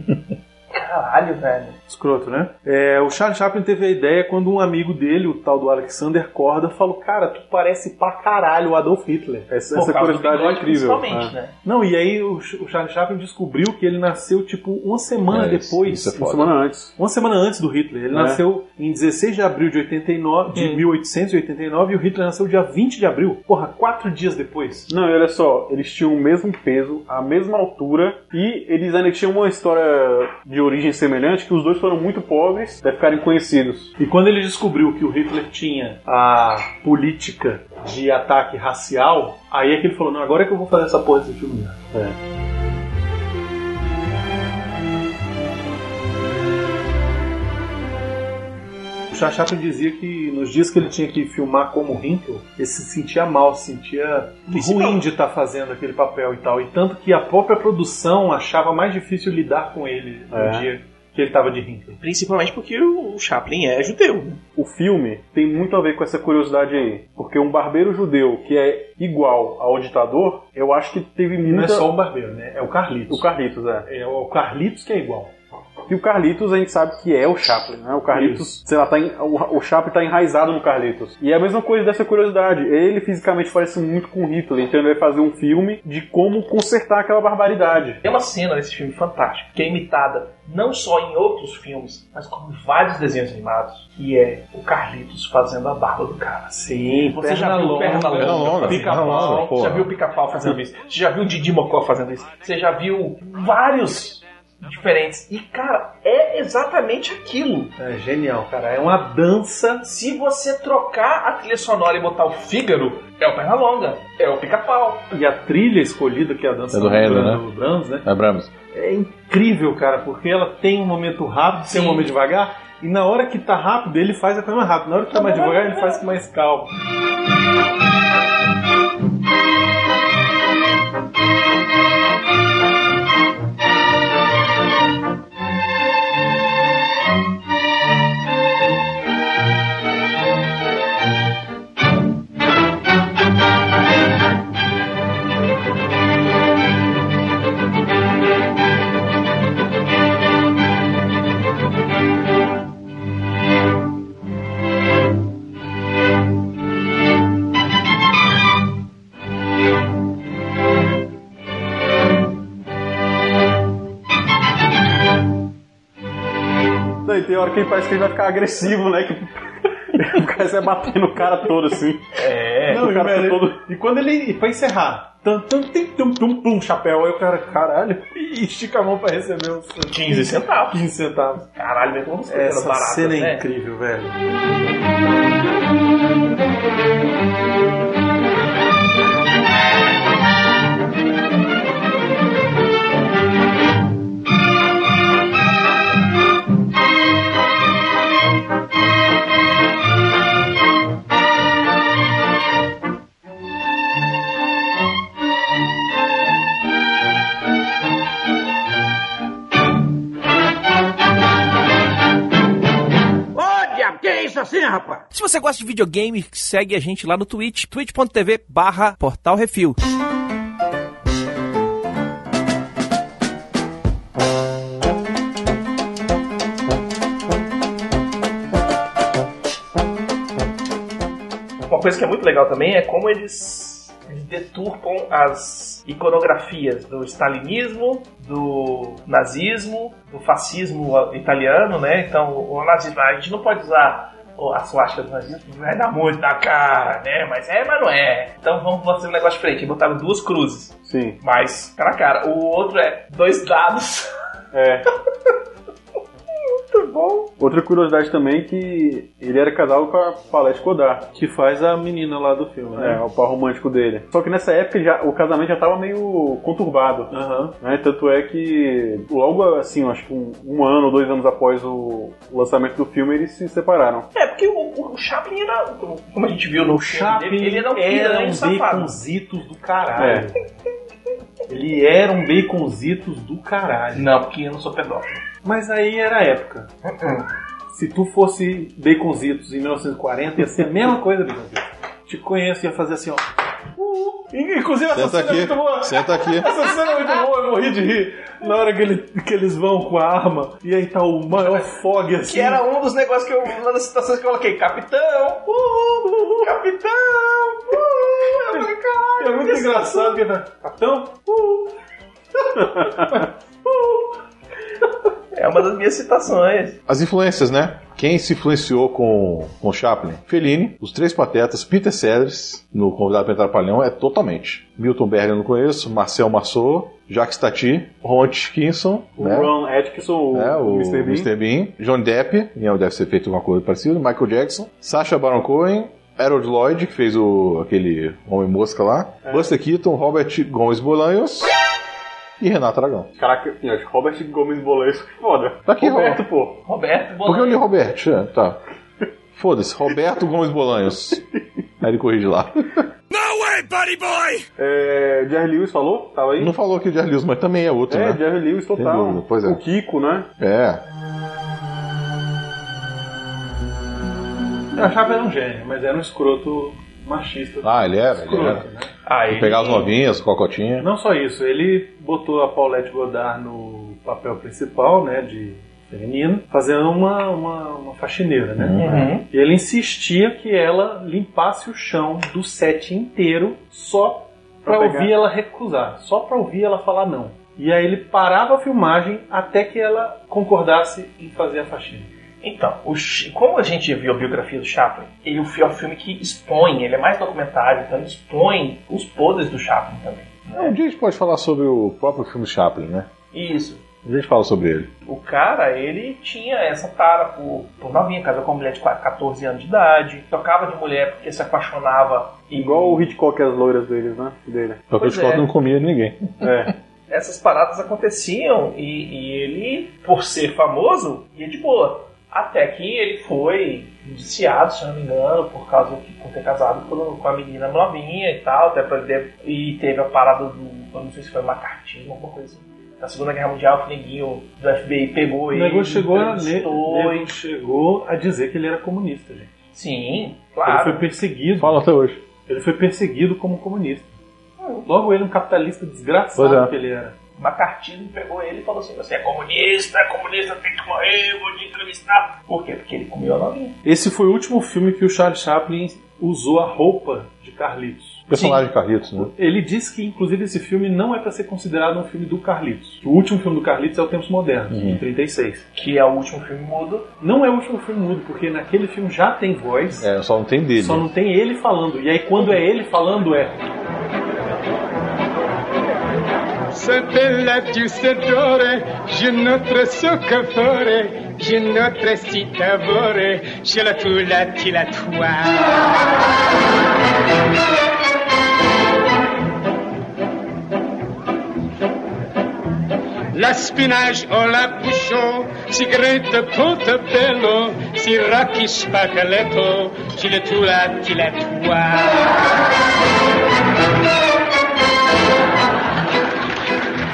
Caralho, velho.
Escroto, né? É, o Charles Chaplin teve a ideia quando um amigo dele, o tal do Alexander Korda, falou: Cara, tu parece pra caralho o Adolf Hitler. Essa,
Por
essa
causa do
curiosidade é
bigode,
incrível.
principalmente,
É.
né?
Não, e aí o, Ch- o Charles Chaplin descobriu que ele nasceu tipo uma semana
É, isso-
depois.
isso é
uma
foda.
semana antes. Uma semana antes do Hitler. Ele
É.
nasceu em 16 de abril de, 89, de 1889 e o Hitler nasceu dia 20 de abril. Porra, quatro dias depois.
Não, e olha só,
Eles tinham o mesmo peso, a mesma altura e eles ainda tinham uma história de origem semelhante que os dois foram muito pobres até ficarem conhecidos. E quando ele descobriu que o Hitler tinha a política de ataque racial, aí é que ele falou, não, agora é que eu vou fazer essa porra desse filme. O Charles Chaplin dizia que nos dias que ele tinha que filmar como Hinkle, ele se sentia mal, se sentia ruim de estar fazendo aquele papel e tal. E tanto que a própria produção achava mais difícil lidar com ele no dia que ele estava de Hinkle.
Principalmente porque o Chaplin é judeu. né?
O filme tem muito a ver com essa curiosidade aí. Porque um barbeiro judeu que é igual ao ditador, eu acho que teve muita...
Não é só
um barbeiro, né? É o Carlitos. O Carlitos, é. É o Carlitos que é igual. E o Carlitos, a gente sabe que é o Chaplin, né? O Carlitos, sei lá, tá en- o, o Chaplin tá enraizado no Carlitos. E é a mesma coisa dessa curiosidade. Ele fisicamente parece muito com o Hitler, então ele vai fazer um filme de como consertar aquela barbaridade.
Tem uma cena nesse filme fantástica, que é imitada não só em outros filmes, mas como em vários desenhos animados, que é o Carlitos fazendo a barba do cara.
Sim,
Você já viu o Perna
perna
Longa,
longa, perna longa,
Pica-Pau,
porra.
já viu o Pica-Pau fazendo isso, você já viu o Didi Mocó fazendo isso, você já viu vários diferentes. E, cara, é exatamente aquilo.
É genial, cara. É uma dança.
Se você trocar a trilha sonora e botar o Fígaro, é o Pernalonga, é o Pica-Pau.
E a trilha escolhida, que é a dança
É do Handel, né?
do Brahms, né?
Lembramos?
É incrível, cara, porque ela tem um momento rápido, tem um momento devagar, e na hora que tá rápido, ele faz a coisa mais rápida. Na hora que tá mais devagar, ele faz com mais calmo. Daí tem hora que ele parece que ele vai ficar agressivo, né? Que o cara vai bater no cara todo, assim. É,
Não,
o cara
velho,
fica todo.
E quando ele. Pra encerrar. Tum, tum, tim, tum, tum, pum, chapéu. Aí o cara, caralho. E estica a mão pra receber
um
os
15 centavos.
15 centavos.
Caralho, meu como você
Essa
barata,
cena é
né?
incrível, velho.
Ô, diabo, que é isso assim, rapaz?
Se você gosta de videogame, segue a gente lá no Twitch, twitch.tv barra Portal Refil.
Uma coisa que é muito legal também é como eles, eles deturpam as iconografias do stalinismo, do nazismo, do fascismo italiano, né? Então, o nazismo, a gente não pode usar o- a suástica do nazismo, vai dar muito na cara, né? Mas é, mas não é. Então vamos fazer um negócio diferente. Botaram duas cruzes,
Sim.
mas tá na cara. O outro é dois dados.
É.
Muito bom.
Outra curiosidade também é que ele era casado com a Paulette Godard, que faz a menina lá do filme, né? É, o par romântico dele. Só que nessa época ele já- o casamento já tava meio conturbado. né? Tanto é que logo assim, eu acho que um, um ano, dois anos após o lançamento do filme, eles se separaram.
É, porque o, o Chaplin era, como a gente viu no
O Chaplin
filme dele, ele
era
não era um
um
safado. É.
baconzitos do caralho. Ele era um baconzitos do caralho.
Não, porque eu não sou pedófilo.
Mas aí era a época. Se tu fosse baconzitos em 1940, ia ser a mesma coisa, baconzitos. Te conheço, ia fazer assim, ó. Uh, inclusive, essa
Senta
cena é muito boa.
tá
tá-
aqui, senta aqui.
Essa cena é muito boa, eu morri de rir. Na hora que, ele- que eles vão com a arma, e aí tá o maior fog assim.
Que era um dos negócios que eu. Uma das citações que eu coloquei, capitão! Uhul, capitão! Uhul. Eu falei, caralho,
Uh-huh. É muito
que
engraçado que tá. Capitão? Uh,
É uma das minhas citações.
As influências, né? Quem se influenciou com, com Chaplin? Fellini, Os Três Patetas, Peter Sellers, no Convidado para Entrar no Palhão, é totalmente. Milton Berger eu não conheço, Marcel Massot, Jacques Tati, Ron Atkinson,
O
né?
Ron Atkinson, o,
É, o
Mr. Bean.
Mr. Bean, John Depp, e deve ser feito alguma coisa parecida, Michael Jackson, Sacha Baron Cohen, Harold Lloyd, que fez o, aquele Homem-Mosca lá,
É.
Buster Keaton, Robert Gomes Bolanhos e Renato Aragão.
Caraca, eu acho que Robert Gomes Boleiro foi foda.
Tá aqui,
Roberto, pô.
Roberto,
Por que eu
boa
li Robert? É, tá. Foda-se, Roberto Gomes Bolanhos. Aí ele corrige lá.
É, Jerry Lewis falou? Tava aí?
Não falou aqui de Arlius, mas também é outro,
É,
né?
Jerry Lewis
Sem
total.
dúvida, pois é.
O Kiko, né?
É.
Eu achava que era um gênio, mas era um escroto machista. né?
Ah, ele era, ele era.
Aí,
Pegar as novinhas, cocotinha.
Não só isso, ele botou a Paulette Godard no papel principal, né, de feminino, fazendo uma, uma, uma faxineira, né?
Uhum.
E ele insistia que ela limpasse o chão do set inteiro só pra
Pra pegar.
ouvir ela recusar, só pra ouvir ela falar não. E aí ele parava a filmagem até que ela concordasse em fazer a faxina.
Então, o Ch- como a gente viu a biografia do Chaplin, ele é um fi- é um filme que expõe, ele é mais documentário, então ele expõe os podres do Chaplin também.
Um dia a gente pode falar sobre o próprio filme Chaplin, né?
Isso.
A gente fala sobre ele.
O cara, ele tinha essa tara por, por novinha, casou com uma mulher de qua- 14 anos de idade, tocava de mulher porque se apaixonava e
Igual o Hitchcock e as loiras deles, né? Dele.
Só que o
Pois
Hitchcock
é.
não comia ninguém.
É.
essas paradas aconteciam e, e ele, por ser famoso, ia de boa. Até que ele foi indiciado, se eu não me engano, por causa de por ter casado com, com a menina novinha e tal, até pra, de- e teve a parada do, eu não sei se foi macartismo, alguma coisa assim. Na Segunda Guerra Mundial, o neguinho do FBI pegou
O
ele.
negócio chegou a, ne-
entrevistou e-
nego chegou a dizer que ele era comunista, gente.
Sim,
Ele
claro.
foi perseguido.
Fala até hoje.
Ele foi perseguido como comunista. Logo ele um capitalista desgraçado
Pois é.
que ele era.
Macartismo pegou ele e falou assim: você é comunista, é comunista, tem que morrer, eu vou te entrevistar. Por quê? Porque ele comeu a novinha.
Esse foi o último filme que o Charles Chaplin usou a roupa de Carlitos.
Personagem Carritos, né?
Ele diz que, inclusive, esse filme não é para ser considerado um filme do Carlitos. O último filme do Carlitos é o Tempos Modernos,
Uhum.
de 36.
Que é o último filme mudo.
Não é o último filme mudo, porque naquele filme já tem voz,
É, só não tem dele.
só não tem ele falando. E aí, quando é ele falando, é.
C'était là, tu s'adorais, je notre socafore, je notre citavore, je la tula, tu la toi. La spinach au la bouchon, cigarette portobello, siraki spacaletto, je la tula, tu la toi.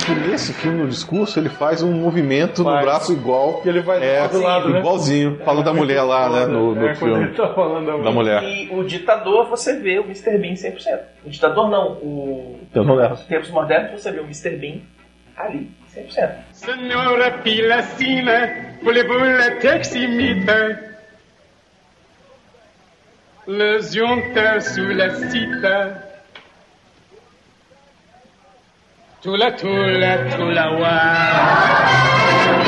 Que nesse filme, no discurso, ele faz um movimento no
Faz.
braço igual.
E ele vai do
é,
outro lado, né?
igualzinho. Fala da mulher lá, né? No, no
é, quando
filme.
ele tá falando
Da mulher.
E o ditador você vê o Mr. Bean 100%. O ditador não, o
Eu não lembro.
Tempos Modernos você vê o Mr. Bean ali, 100%.
Sonora pilacina, voulez-vous la teximite Le jonta sous la cita. Tula tula tula wa.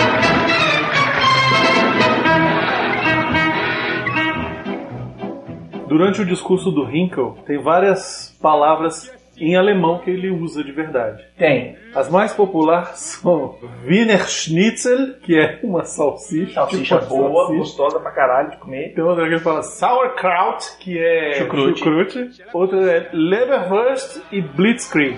Durante o discurso do Hinkel, tem várias palavras em alemão que ele usa de verdade.
Tem.
As mais populares são Wiener Schnitzel, que é uma salsicha,
Salsicha
tipo uma
boa,
salsicha.
gostosa pra caralho de comer.
Tem outra que fala sauerkraut, que é
Chucrute.
Outra é leberwurst e blitzkrieg.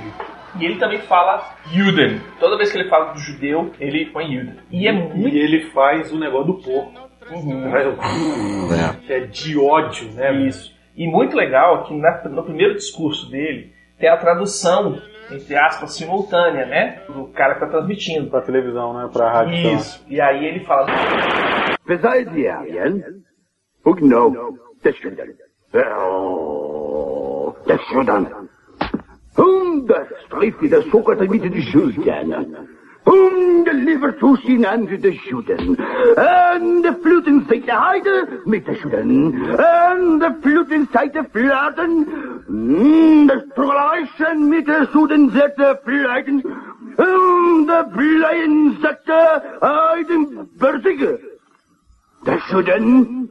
E ele também fala Juden. Toda vez que ele fala do judeu, ele põe Juden. E é muito.
E ele faz o negócio do porco.
Uhum.
Faz o- Que é de ódio, né?
Isso. E muito legal que na- no primeiro discurso dele tem a tradução, entre aspas, simultânea, né? Do cara que tá transmitindo.
Pra televisão, né? Pra rádio. sei lá.
Isso. E aí ele fala.
Besides the Aryan, who know the children, well, the children, whom the strife the socket meet the children, whom the liver to sin and the children, and the flute inside the hide meet the children, and the flute inside the flatten, mm, the struggle meet the children that the flatten, and the flying that the hiding vertigo. They shouldn't.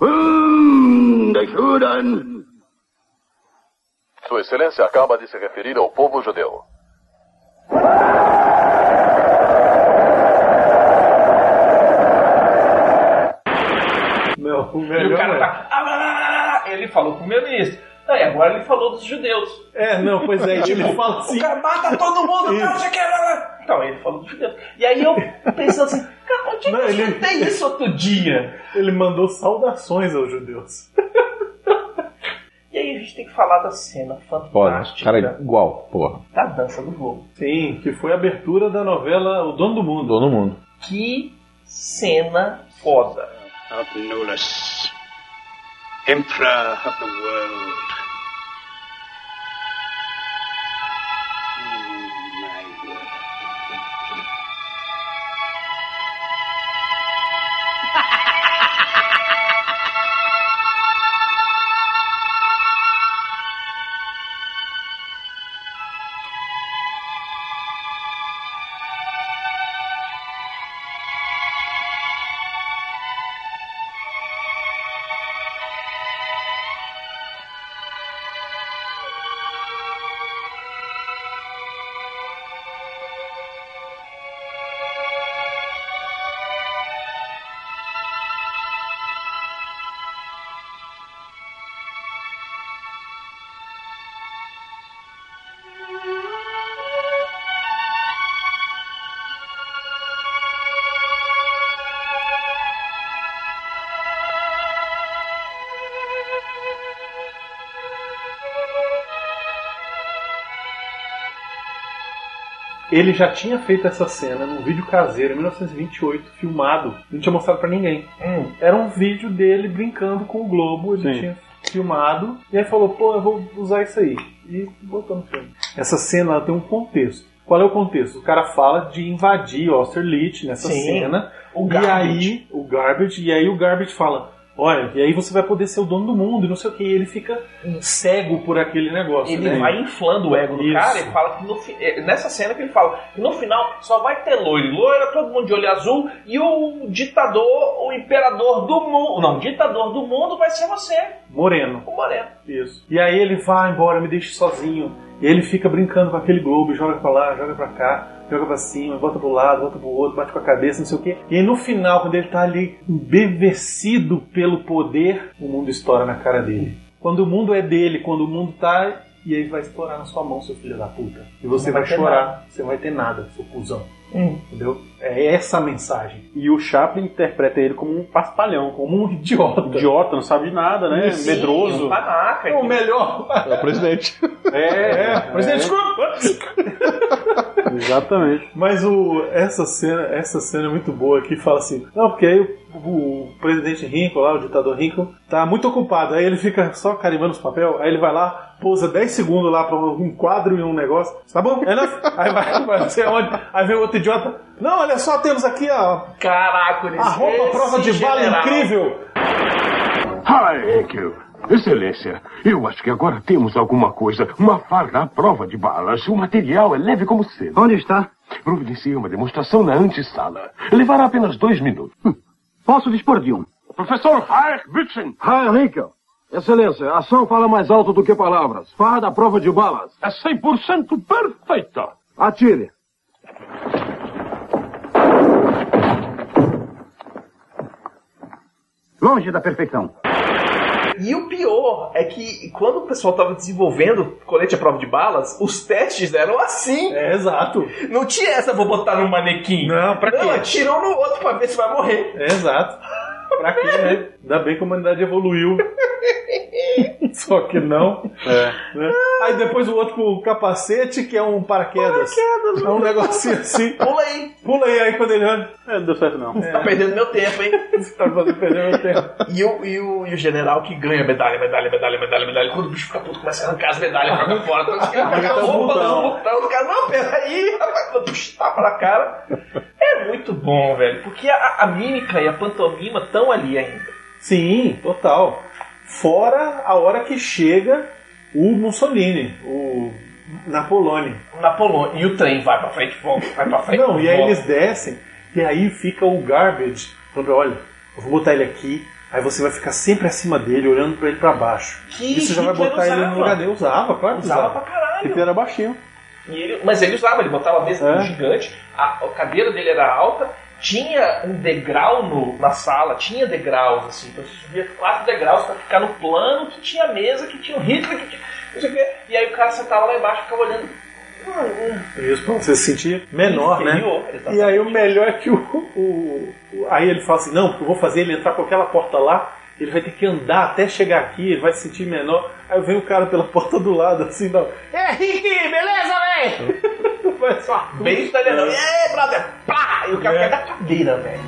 Hum, they shouldn't.
Sua Excelência acaba de se referir ao povo judeu.
Não, o
E o
melhor
cara
é-
tá. "Ah, lá, lá, lá". Ele falou com o primeiro-ministro. Aí agora ele falou dos judeus.
É, não, pois é, ele fala assim.
O cara mata todo mundo, tá, não sei o que, lá, lá. Então, ele falou dos judeus. E aí eu pensando assim, cara, onde é que
Não,
eu
ele-
escutei isso outro dia?
Ele mandou saudações aos judeus.
E aí a gente tem que falar da cena
Foda.
fantástica
Cara, é igual, porra.
da dança do globo.
Sim, que foi a abertura da novela O Dono do Mundo.
Todo mundo.
Que cena foda.
Abnolus, Emperor of the world. Oh, my word.
Ele já tinha feito essa cena num vídeo caseiro em 1928, filmado. Não tinha mostrado pra ninguém. Era um vídeo dele brincando com o globo, ele
Sim.
tinha filmado, e aí falou, pô, eu vou usar isso aí. E botou no filme. Essa cena ela tem um contexto. Qual é o contexto? O cara fala de invadir Austerlitz nessa
Sim.
cena.
O
e
Garbage.
aí o Garbage, e aí o Garbage fala, olha, e aí você vai poder ser o dono do mundo, e não sei o que. E ele fica cego por aquele negócio.
Ele
né?
vai inflando o ego do
Isso.
cara e fala que no fi- é, nessa cena que ele fala que no final só vai ter loiro, e loira, todo mundo de olho azul e o ditador, o imperador do mundo, não, o ditador do mundo vai ser você,
Moreno.
o moreno.
Isso. E aí ele vai embora, me deixa sozinho. E ele fica brincando com aquele globo, joga pra lá, joga pra cá, joga pra cima, volta pro lado, volta pro outro, bate com a cabeça, não sei o quê. E aí no final, quando ele tá ali embevecido pelo poder, o mundo estoura na cara dele. Quando o mundo é dele, quando o mundo tá. E aí vai estourar na sua mão, seu filho da puta. E você
Não
vai,
vai ter
chorar,
nada.
você não vai ter nada, seu cuzão.
Hum.
Entendeu? É essa a mensagem.
E o Chaplin interpreta ele como um paspalhão, como
um idiota.
Idiota, não sabe de nada, né?
Sim,
Medroso.
um panaca, É o melhor.
É o presidente. É, é.
Presidente,
Exatamente.
Mas o, essa, cena, essa cena é muito boa que fala assim: não, porque aí o, o presidente Rico, lá, o ditador Rico, tá muito ocupado. Aí ele fica só carimbando os papel, aí ele vai lá, pousa 10 segundos lá pra um quadro e um negócio. Tá bom? É nóis. aí vai, vai não sei onde, aí vem outro idiota. Não, olha só, temos aqui ó,
Caraca,
a roupa à prova de bala incrível.
Ai, Ekel. Excelência, eu acho que agora temos alguma coisa. Uma farda à prova de balas. O material é leve como cedo. Onde está? Providenciei uma demonstração na antessala. Levará apenas dois minutos. Hum, Posso dispor de um?
Professor Heinrich Bützen.
Henrique, Excelência, ação fala mais alto do que palavras. Farda à prova de balas.
É 100% perfeita.
Atire. Longe da perfeição.
E o pior é que quando o pessoal tava desenvolvendo colete à prova de balas, os testes eram assim.
É, exato.
Não tinha essa, vou botar no manequim. Não, pra quê? Não, atira um no outro pra ver se vai morrer.
É, exato. Pra quê, né? Ainda bem que a humanidade evoluiu. Só que não. né? Aí depois o outro pro capacete, que é um paraquedas.
Paraquedas, né?
É um negocinho assim. Pula
aí.
Pula aí, aí quando ele olha. É, não deu certo não.
Tá perdendo meu tempo, hein? Você
tá perdendo meu tempo.
E o, e, o, e o general que ganha medalha, medalha, medalha, medalha, medalha. Quando o bicho fica puto, começa a arrancar as medalhas, joga fora. Então, os caras
Arranca
arrancam a
até o
roupa,
botão.
não, botão. Os caras, não, peraí, rapaz. Puxa, Tapa na cara. É muito bom, velho. Porque a, a mímica e a pantomima estão ali ainda.
Sim, total. Fora a hora que chega o Mussolini, o na Polônia.
Na Polônia. E o trem vai pra frente, volta, vai pra frente.
Não, e aí
volta.
eles descem, e aí fica o garbage, falando, olha, eu vou botar ele aqui, aí você vai ficar sempre acima dele, olhando pra ele pra baixo.
Que
Isso já vai
Hitler
botar ele
usava.
no lugar dele. Usava, claro que
Usava
usava.
pra caralho.
Hitler era baixinho.
E ele- mas ele usava, ele botava a mesa
É.
gigante, a, a cadeira dele era alta, tinha um degrau no- na sala, tinha degraus, assim, então você subia quatro degraus pra ficar no plano que tinha a mesa, que tinha o Hitler, que tinha. não sei o quê. E aí o cara sentava lá embaixo e ficava olhando. Hum, hum.
Isso, pra você se sentir menor, né?
Inferior, exatamente.
E aí o melhor é que o, o- o- Aí ele fala assim, não, porque eu vou fazer ele entrar por aquela porta lá, ele vai ter que andar até chegar aqui, ele vai se sentir menor. Aí vem o cara pela porta do lado, assim, não. É, Rick, beleza, velho? Vai só.
Bem italiano. É, brother, pá! E o cara cai da cadeira, velho.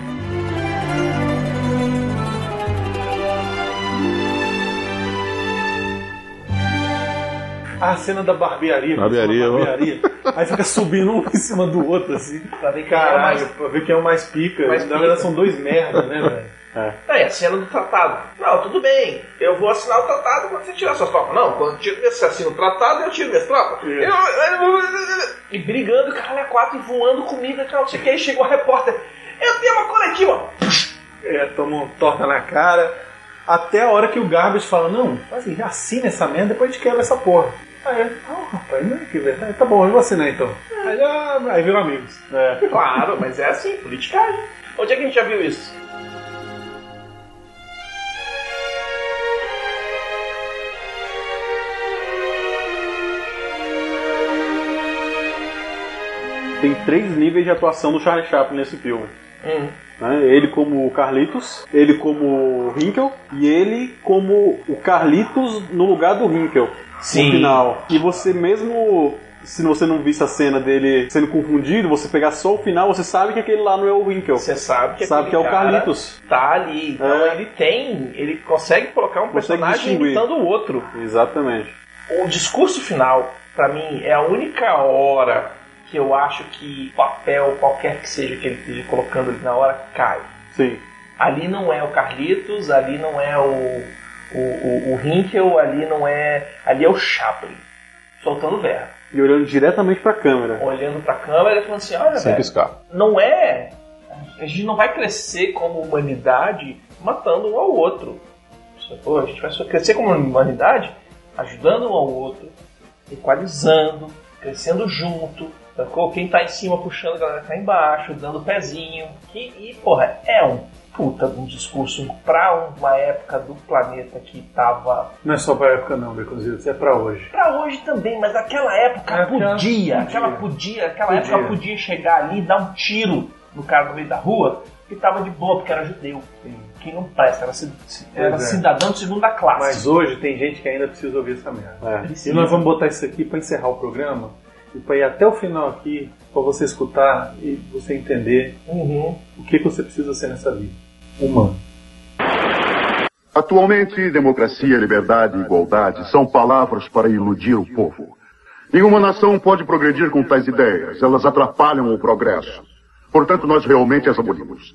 Ah, a cena da barbearia.
Barbearia,
da
ó.
barbearia. Aí fica subindo um em cima do outro, assim.
Pra ver quem é
Caralho,
mais-
pra ver quem é o mais pica.
Mais
Na
pica.
verdade são dois merda, né, velho?
É, a cena do tratado. Não, tudo bem, eu vou assinar o tratado quando você tirar suas tropas. Não, quando eu tiro, você assina o tratado, eu tiro minhas tropas. Eu- eu- eu- E brigando, caralho, a quatro, e voando comida, tal, não sei o que. Aí chegou a repórter, eu tenho uma coletiva.
É, toma um torta na cara. Até a hora que o Garbage fala, não, assim, assina essa merda, depois a gente quebra essa porra. Aí ele, ah, rapaz, não é que verdade. Tá bom, eu vou assinar então. Aí, ah, aí viram amigos. É.
Claro, mas é assim, politicagem. Onde é que a gente já viu isso?
Tem três níveis de atuação do Charlie Chaplin nesse filme.
Hum.
né? Ele como o Carlitos, ele como o Rinkel e ele como o Carlitos no lugar do Rinkel.
no final. E você mesmo. Se você não visse a cena dele sendo confundido, você pegar só o final, você sabe que aquele lá não é o Winkle. Você
sabe que
sabe que é o
aquele cara
Carlitos. É.
Tá ali. Então ele tem. Ele consegue colocar um
Consegue
personagem
distinguir.
imitando o outro.
Exatamente.
O discurso final, pra mim, é a única hora que eu acho que o papel, qualquer que seja que ele esteja colocando ali na hora, cai.
Sim.
Ali não é o Carlitos, ali não é o, o, o, o Hinkel, ali não é. Ali é o Chaplin, soltando verbo.
E olhando diretamente pra câmera.
Olhando pra câmera e falando assim: olha,
Sem
velho,
piscar.
não é. A gente não vai crescer como humanidade matando um ao outro. Sacou? A gente vai só crescer como humanidade ajudando um ao outro, equalizando, crescendo junto. Sacou? Quem tá em cima puxando a galera que tá embaixo, dando pezinho. E, e, porra, é um puta de um discurso pra uma época do planeta que tava.
Não é só pra época, não, Beconzitos, é pra hoje.
Pra hoje também, mas naquela época
Aquela-
podia,
podia.
Aquela podia, aquela
Podia.
época podia chegar ali e dar um tiro no cara no meio da rua que tava de boa, porque era judeu. Que não presta, era, ci- era
Pois é.
cidadão de segunda classe.
Mas hoje tem gente que ainda precisa ouvir essa merda. E nós vamos botar isso aqui pra encerrar o programa e pra ir até o final aqui, pra você escutar e você entender o que, que você precisa ser nessa vida. Humano.
Atualmente, democracia, liberdade e igualdade são palavras para iludir o povo. Nenhuma nação pode progredir com tais ideias, elas atrapalham o progresso. Portanto, nós realmente as abolimos.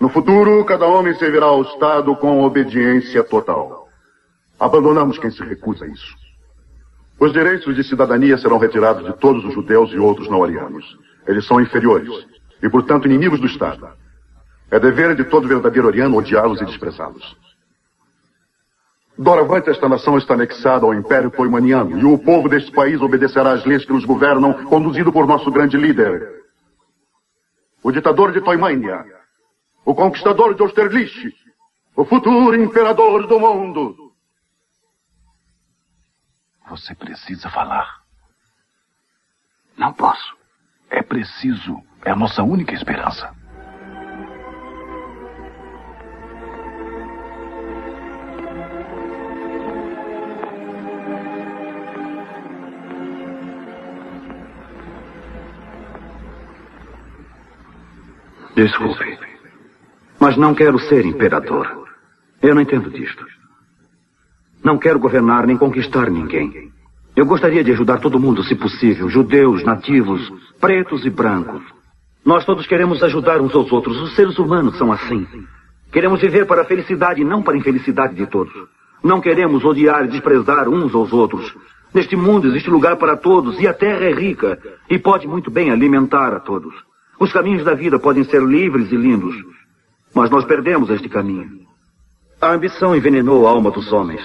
No futuro, cada homem servirá ao Estado com obediência total. Abandonamos quem se recusa a isso. Os direitos de cidadania serão retirados de todos os judeus e outros não arianos. Eles são inferiores e, portanto, inimigos do Estado. É dever de todo verdadeiro oriano odiá-los e desprezá-los. Doravante, esta nação está anexada ao Império Poimaniano e o povo deste país obedecerá às leis que nos governam, conduzido por nosso grande líder, o ditador de Toimania, o conquistador de Austerlitz, o futuro imperador do mundo.
Você precisa falar. Não posso. É preciso. É a nossa única esperança.
Desculpe, mas não quero ser imperador. Eu não entendo disto. Não quero governar nem conquistar ninguém. Eu gostaria de ajudar todo mundo, se possível: judeus, nativos, pretos e brancos. Nós todos queremos ajudar uns aos outros. Os seres humanos são assim. Queremos viver para a felicidade e não para a infelicidade de todos. Não queremos odiar e desprezar uns aos outros. Neste mundo existe lugar para todos e a terra é rica e pode muito bem alimentar a todos. Os caminhos da vida podem ser livres e lindos, mas nós perdemos este caminho. A ambição envenenou a alma dos homens.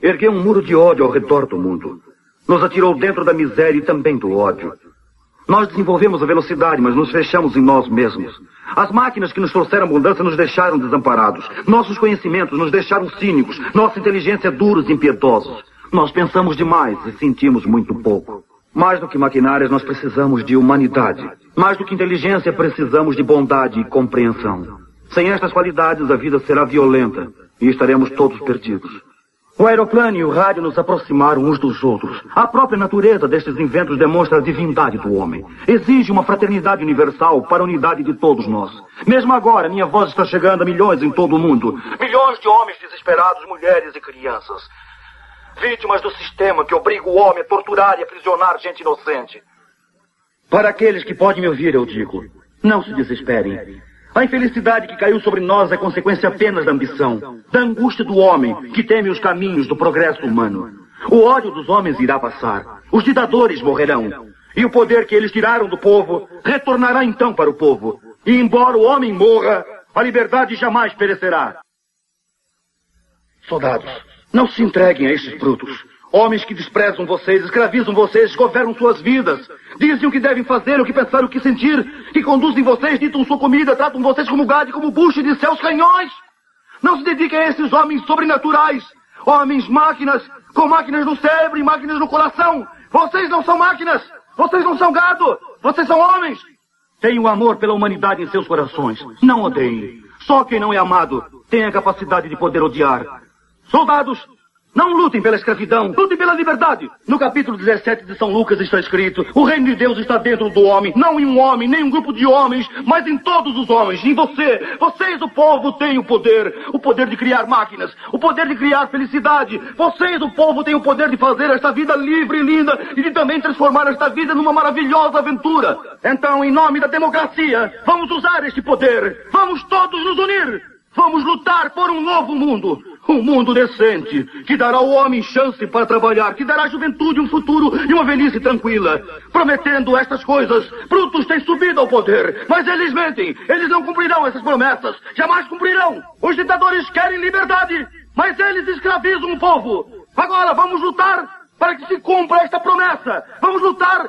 Ergueu um muro de ódio ao redor do mundo. Nos atirou dentro da miséria e também do ódio. Nós desenvolvemos a velocidade, mas nos fechamos em nós mesmos. As máquinas que nos trouxeram abundância nos deixaram desamparados. Nossos conhecimentos nos deixaram cínicos. Nossa inteligência duros e impiedosos. Nós pensamos demais e sentimos muito pouco. Mais do que maquinárias, nós precisamos de humanidade. Mais do que inteligência, precisamos de bondade e compreensão. Sem estas qualidades, a vida será violenta e estaremos todos perdidos. O aeroplano e o rádio nos aproximaram uns dos outros. A própria natureza destes inventos demonstra a divindade do homem. Exige uma fraternidade universal para a unidade de todos nós. Mesmo agora, minha voz está chegando a milhões em todo o mundo. Milhões de homens desesperados, mulheres e crianças. Vítimas do sistema que obriga o homem a torturar e aprisionar gente inocente. Para aqueles que podem me ouvir, eu digo: não se desesperem. A infelicidade que caiu sobre nós é consequência apenas da ambição, da angústia do homem que teme os caminhos do progresso humano. O ódio dos homens irá passar, os ditadores morrerão, e o poder que eles tiraram do povo retornará então para o povo. E embora o homem morra, a liberdade jamais perecerá. Soldados, não se entreguem a estes brutos. Homens que desprezam vocês, escravizam vocês, governam suas vidas. Dizem o que devem fazer, o que pensar, o que sentir. Que conduzem vocês, ditam sua comida, tratam vocês como gado, e como bucho de seus canhões. Não se dediquem a esses homens sobrenaturais. Homens máquinas, com máquinas no cérebro e máquinas no coração. Vocês não são máquinas. Vocês não são gado. Vocês são homens. Tenham amor pela humanidade em seus corações. Não odeiem. Só quem não é amado tem a capacidade de poder odiar. Soldados, Não lutem pela escravidão, lutem pela liberdade. No capítulo 17 de São Lucas está escrito: O reino de Deus está dentro do homem, não em um homem, nem em um grupo de homens, mas em todos os homens, em você. Vocês, o povo, têm o poder: o poder de criar máquinas, o poder de criar felicidade. Vocês, o povo, têm o poder de fazer esta vida livre e linda e de também transformar esta vida numa maravilhosa aventura. Então, em nome da democracia, vamos usar este poder, vamos todos nos unir. Vamos lutar por um novo mundo. Um mundo decente, que dará ao homem chance para trabalhar, que dará à juventude um futuro e uma velhice tranquila. Prometendo estas coisas, Brutus tem subido ao poder, mas eles mentem. Eles não cumprirão essas promessas. Jamais cumprirão. Os ditadores querem liberdade, mas eles escravizam o povo. Agora vamos lutar para que se cumpra esta promessa. Vamos lutar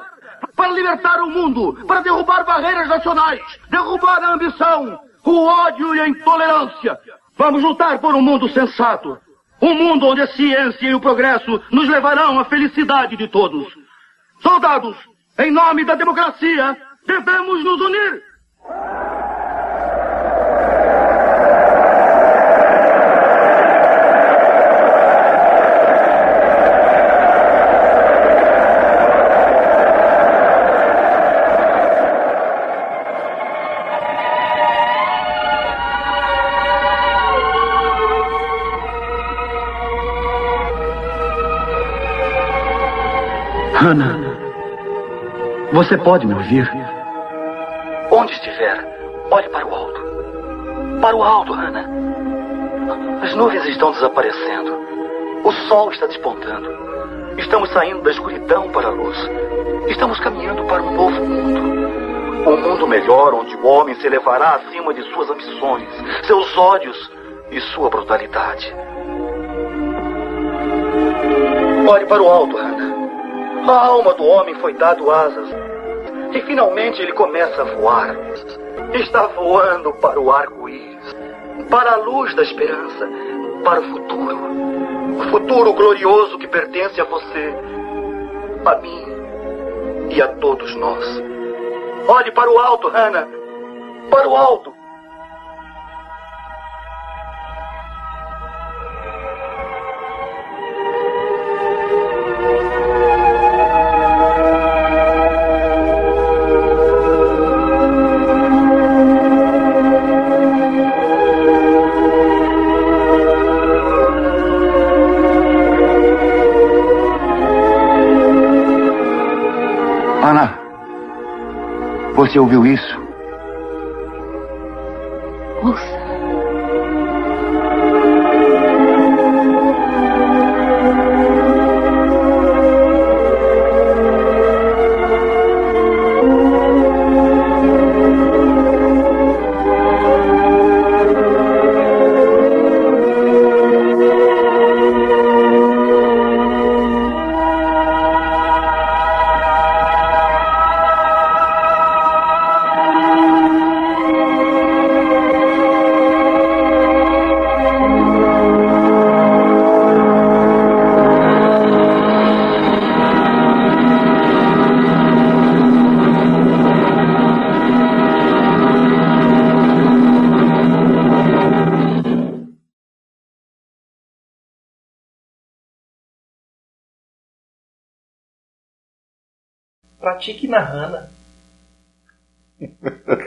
para libertar o mundo, para derrubar barreiras nacionais, derrubar a ambição, o ódio e a intolerância. Vamos lutar por um mundo sensato, um mundo onde a ciência e o progresso nos levarão à felicidade de todos. Soldados, em nome da democracia, devemos nos unir.
Hannah, você pode me ouvir?
Onde estiver, olhe para o alto. Para o alto, Hannah.
As nuvens estão desaparecendo. O sol está despontando. Estamos saindo da escuridão para a luz. Estamos caminhando para um novo mundo. Um mundo melhor onde o homem se elevará acima de suas ambições, seus ódios e sua brutalidade. Olhe para o alto, Hannah. A alma do homem foi dado asas. E finalmente ele começa a voar. Está voando para o arco-íris, para a luz da esperança, para o futuro. O futuro glorioso que pertence a você, a mim e a todos nós. Olhe para o alto, Hannah. Para o alto. Ana, você ouviu isso?
Pratique na Hana.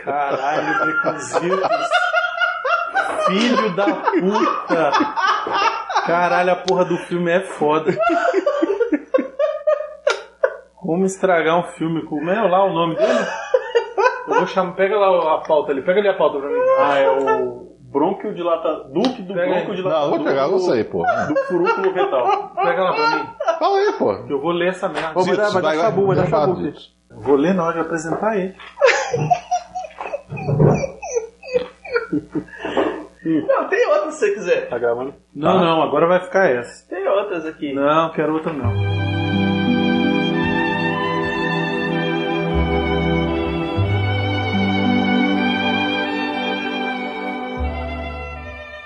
Caralho, Preclusildos. Filho da puta. Caralho, a porra do filme é foda. Como estragar um filme com. Como é lá o nome dele? Eu vou chamar. Pega lá a pauta ali. Pega ali a pauta pra mim.
Ah, é o Bronquio dilata... Duque do
Pega aí.
Bronquio
Não,
dilatador.
vou pegar, eu não sei, pô.
Do furúnculo retal.
Pega lá pra mim.
Fala aí, pô.
Eu vou ler essa merda.
Ô,
Vai dar,
Brutus,
vai dar
vai,
chabu, vai
vai,
dar
vai,
chabu.
Brutus.
Brutus. Vou ler na hora de apresentar ele.
Não, tem outra se você quiser.
Tá gravando?
Não, não, agora vai ficar essa.
Tem outras aqui.
Não, quero outra não.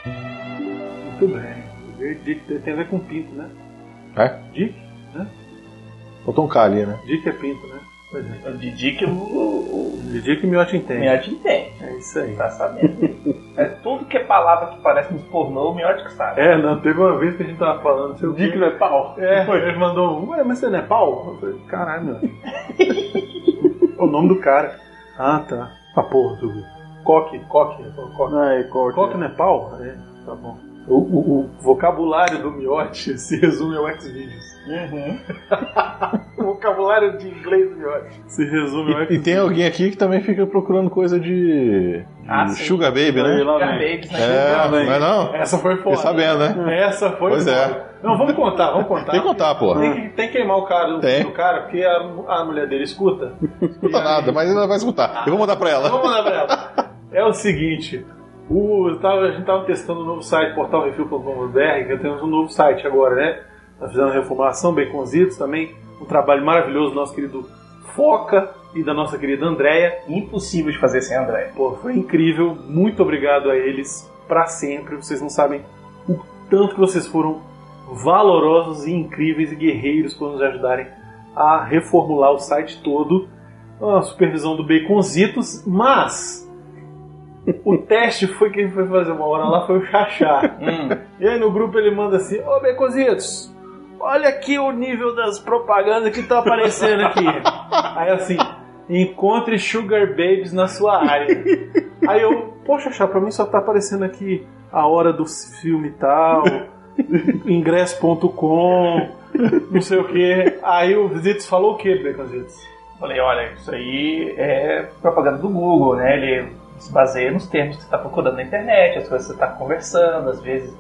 Muito bem. Dick tem a ver com pinto, né?
É?
Dick? Né?
Faltou um K ali, né?
Dick é pinto, né? Pois é.
De Dick o, o,
De Dick o Miotti entende.
Miotti entende.
É isso aí.
Tá sabendo. É tudo que qualquer palavra que parece nos pornô, o Miotti que sabe.
É, não, teve uma vez que a gente tava falando, seu Dick não é pau.
É.
Foi, ele mandou, um, ué, mas você não é pau? Eu falei, caralho, meu. o nome do cara. Ah, tá. Ah, porra, tu. Coque, coque, ele falou, coque. Ah, é coque. Coque não é pau? É, tá bom. O, o- o vocabulário do Miotti se resume ao Xvideos. Uhum. o vocabulário de inglês do Miotti. Se resume ao
E tem alguém aqui que também fica procurando coisa de.
Ah,
de
sim.
Sugar Baby, né?
Lá vem.
É, não é não?
Essa foi foda.
Fiquei sabendo, né?
Essa foi
Pois
foda.
é.
Não, vamos contar, vamos contar.
Tem que contar, porra.
Tem que, tem que queimar o cara, o
Tem.
do cara, porque a, a mulher dele escuta.
Escuta nada, mas ela vai escutar. Eu vou mandar pra ela.
Vamos mandar pra ela. É o seguinte. O, eu tava- a gente tava testando um novo site, portalrefil.com.br, que temos um novo site agora, né? Tá fazendo reformação, baconzitos também. Um trabalho maravilhoso do nosso querido Foca e da nossa querida Andréia. Impossível de fazer sem a Andréia. Pô, foi incrível. Muito obrigado a eles pra sempre. Vocês não sabem o tanto que vocês foram valorosos e incríveis e guerreiros por nos ajudarem a reformular o site todo. A supervisão do Baconzitos, mas o teste foi quem foi fazer uma hora lá foi o Chachá. E aí no grupo ele manda assim: Ô Baconzitos, olha aqui o nível das propagandas que tá aparecendo aqui. aí assim: encontre Sugar Babies na sua área. Aí eu, poxa, Chá, pra mim só tá aparecendo aqui a hora do filme tal, ingresso.com, não sei o que. Aí o Zitos falou o que, Baconzitos?
Falei, olha, isso aí é propaganda do Google, né? Ele se baseia nos termos que você está procurando na internet, as coisas que você está conversando, às vezes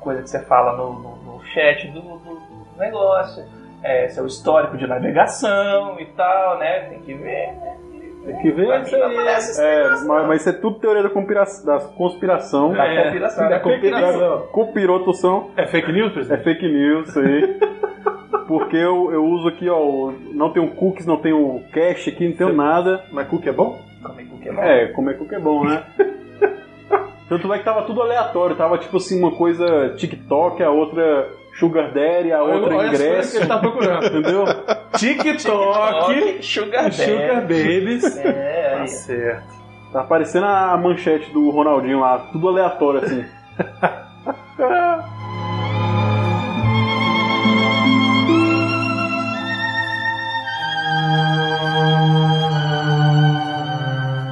coisa que você fala no, no- no chat do, do- do negócio, é, seu histórico de navegação e tal, né? Tem que ver, né?
Tem que ver
Pra
isso
mim não
aí.
aparece esse
É,
negócio,
mas,
não.
mas isso é tudo teoria da conspiração. Da conspiração. É,
Da conspiração,
Da
da
conspiração.
conspiração.
Copirotução. É fake news, presidente? É fake news, isso aí. Porque eu, eu uso aqui, ó, o- não tenho cookies, não tenho cache aqui, não tenho nada. Mas cookie é bom?
Porque não-
É, comer cookie é bom, né? Tanto é que tava tudo aleatório, tava tipo assim, uma coisa TikTok, a outra Sugar Daddy, a
Olha-
outra
olha as coisas
ingresso.
que ele tá procurando.
Entendeu?
TikTok,
Sugar
Sugar Babies.
É,
Tá certo. Tá parecendo a manchete do Ronaldinho lá, tudo aleatório assim.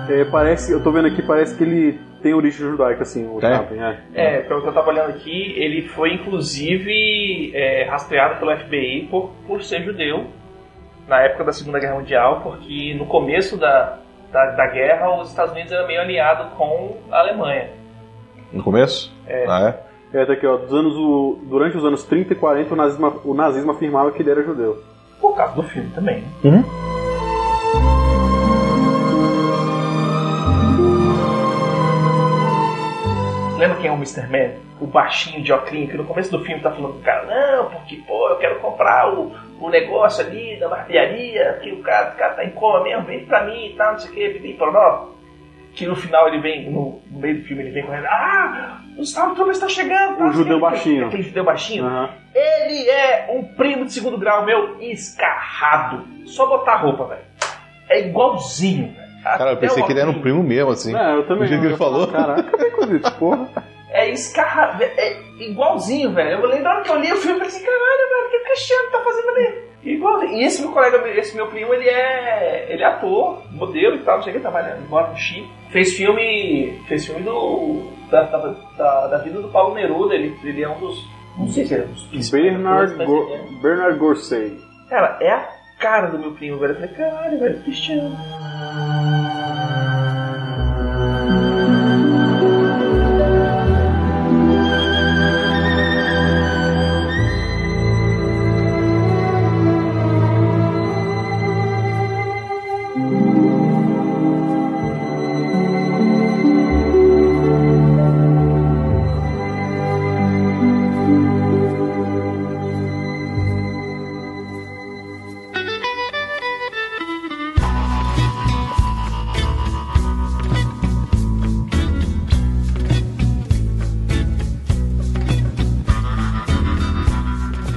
É, parece, eu tô vendo aqui, parece que ele tem origem judaica, assim, o Chaplin, é.
É, pelo que eu tava olhando aqui, ele foi inclusive é, rastreado pelo FBI por, por ser judeu na época da Segunda Guerra Mundial, porque no começo da, da, da guerra os Estados Unidos eram meio aliado com a Alemanha.
No começo?
É.
Ah, é?
É, tá aqui, ó, dos anos, o- durante os anos 30 e 40 o nazismo, o nazismo afirmava que ele era judeu.
Por causa do filme também. né?
Uhum.
Lembra quem é o Mr. Man? O baixinho de Oclinho, que no começo do filme tá falando pro cara, não, porque pô, eu quero comprar o, o negócio ali da barbearia, que o cara, o cara tá em coma mesmo, vem pra mim e tal, não sei o que, vem pra nós. Que no final ele vem, no, no meio do filme ele vem correndo, ah, o Stormtrooper está chegando. tá,
O judeu
aquele-
baixinho.
Aquele judeu baixinho.
Aham.
Ele é um primo de segundo grau meu escarrado. Só botar a roupa, velho. É igualzinho, velho.
Cara, eu
Até
pensei
o
que ele era um
óculos.
primo mesmo, assim.
É,
Não, eu também
Do jeito
não,
que ele
eu
falou.
Caraca, porra.
É escarrado, é igualzinho, velho. Eu lembro da hora que eu li o filme e falei assim, caralho, velho, o que o Cristiano tá fazendo ali? Igualzinho. E esse meu colega, esse meu primo, ele é. ele é ator, modelo e tal, não sei o que, trabalha, mora no Chile. Fez filme. Fez filme do. Da, da, da, da vida do Paulo Neruda, ele, ele é um dos. Não sei se é um dos
Bernard,
Mas
Go- Bernard Gorsey.
Cara, é a cara do meu primo, velho. Eu falei, caralho, velho, Cristiano.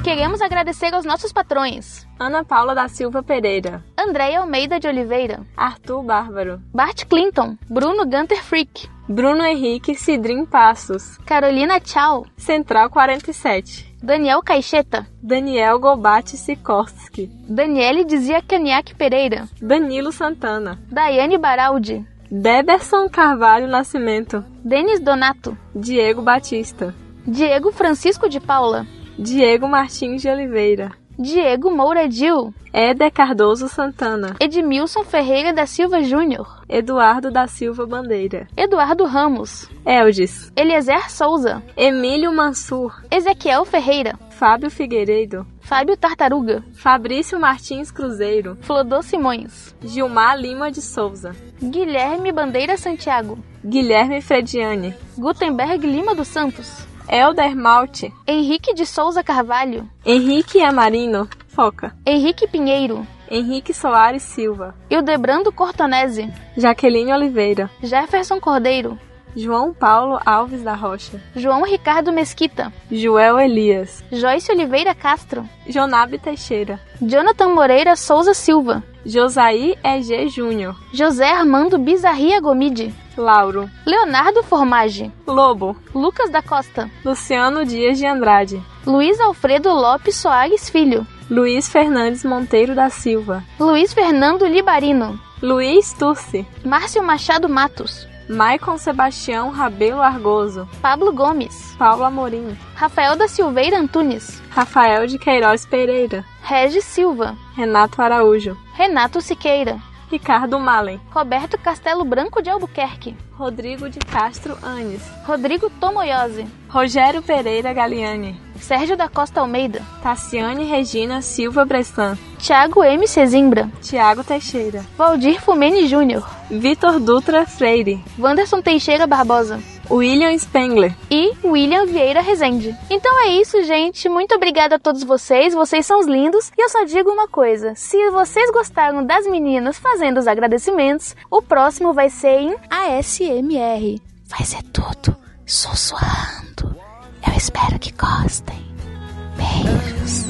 Queremos agradecer aos nossos patrões: Ana Paula da Silva Pereira,
Andréia Almeida de Oliveira,
Arthur Bárbaro,
Bart Clinton, Bruno Gunter Frick,
Bruno Henrique Cidrim Passos,
Carolina Tchau,
Central 47,
Daniel Caixeta,
Daniel Gobate Sikorski,
Daniele Dizia Caniac Pereira,
Danilo Santana,
Daiane Baraldi,
Deberson Carvalho Nascimento,
Denis Donato,
Diego Batista,
Diego Francisco de Paula,
Diego Martins de Oliveira,
Diego Moura Dil,
Éder Cardoso Santana,
Edmilson Ferreira da Silva Júnior,
Eduardo da Silva Bandeira,
Eduardo Ramos,
Eldis,
Eliezer Souza,
Emílio Mansur,
Ezequiel Ferreira,
Fábio Figueiredo,
Fábio Tartaruga,
Fabrício Martins Cruzeiro,
Flodô Simões,
Gilmar Lima de Souza,
Guilherme Bandeira Santiago,
Guilherme Frediani,
Gutenberg Lima dos Santos,
Elder Malte,
Henrique de Souza Carvalho,
Henrique Amarino, Foca,
Henrique Pinheiro,
Henrique Soares Silva,
Ildebrando Cortonese,
Jaqueline Oliveira,
Jefferson Cordeiro,
João Paulo Alves da Rocha,
João Ricardo Mesquita,
Joel Elias,
Joyce Oliveira Castro,
Jonabe Teixeira,
Jonathan Moreira Souza Silva,
Josaí EG Júnior,
José Armando Bizarria Gomide,
Lauro,
Leonardo Formage,
Lobo,
Lucas da Costa,
Luciano Dias de Andrade,
Luiz Alfredo Lopes Soares Filho,
Luiz Fernandes Monteiro da Silva,
Luiz Fernando Libarino,
Luiz Turci,
Márcio Machado Matos,
Maicon Sebastião Rabelo Argoso,
Pablo Gomes,
Paulo Amorim,
Rafael da Silveira Antunes,
Rafael de Queiroz Pereira,
Regis Silva,
Renato Araújo,
Renato Siqueira,
Ricardo Malen,
Roberto Castelo Branco de Albuquerque,
Rodrigo de Castro Anes,
Rodrigo Tomoyose,
Rogério Pereira Galiani,
Sérgio da Costa Almeida,
Tassiane Regina Silva Bressan,
Tiago M. Cezimbra,
Tiago Teixeira,
Valdir Fumene Júnior,
Vitor Dutra Freire,
Wanderson Teixeira Barbosa,
William Spengler
e William Vieira Rezende. Então é isso, gente. Muito obrigada a todos vocês. Vocês são os lindos. E eu só digo uma coisa: se vocês gostaram das meninas fazendo os agradecimentos, o próximo vai ser em ASMR. Vai ser tudo sussurrando. Eu espero que gostem. Beijos.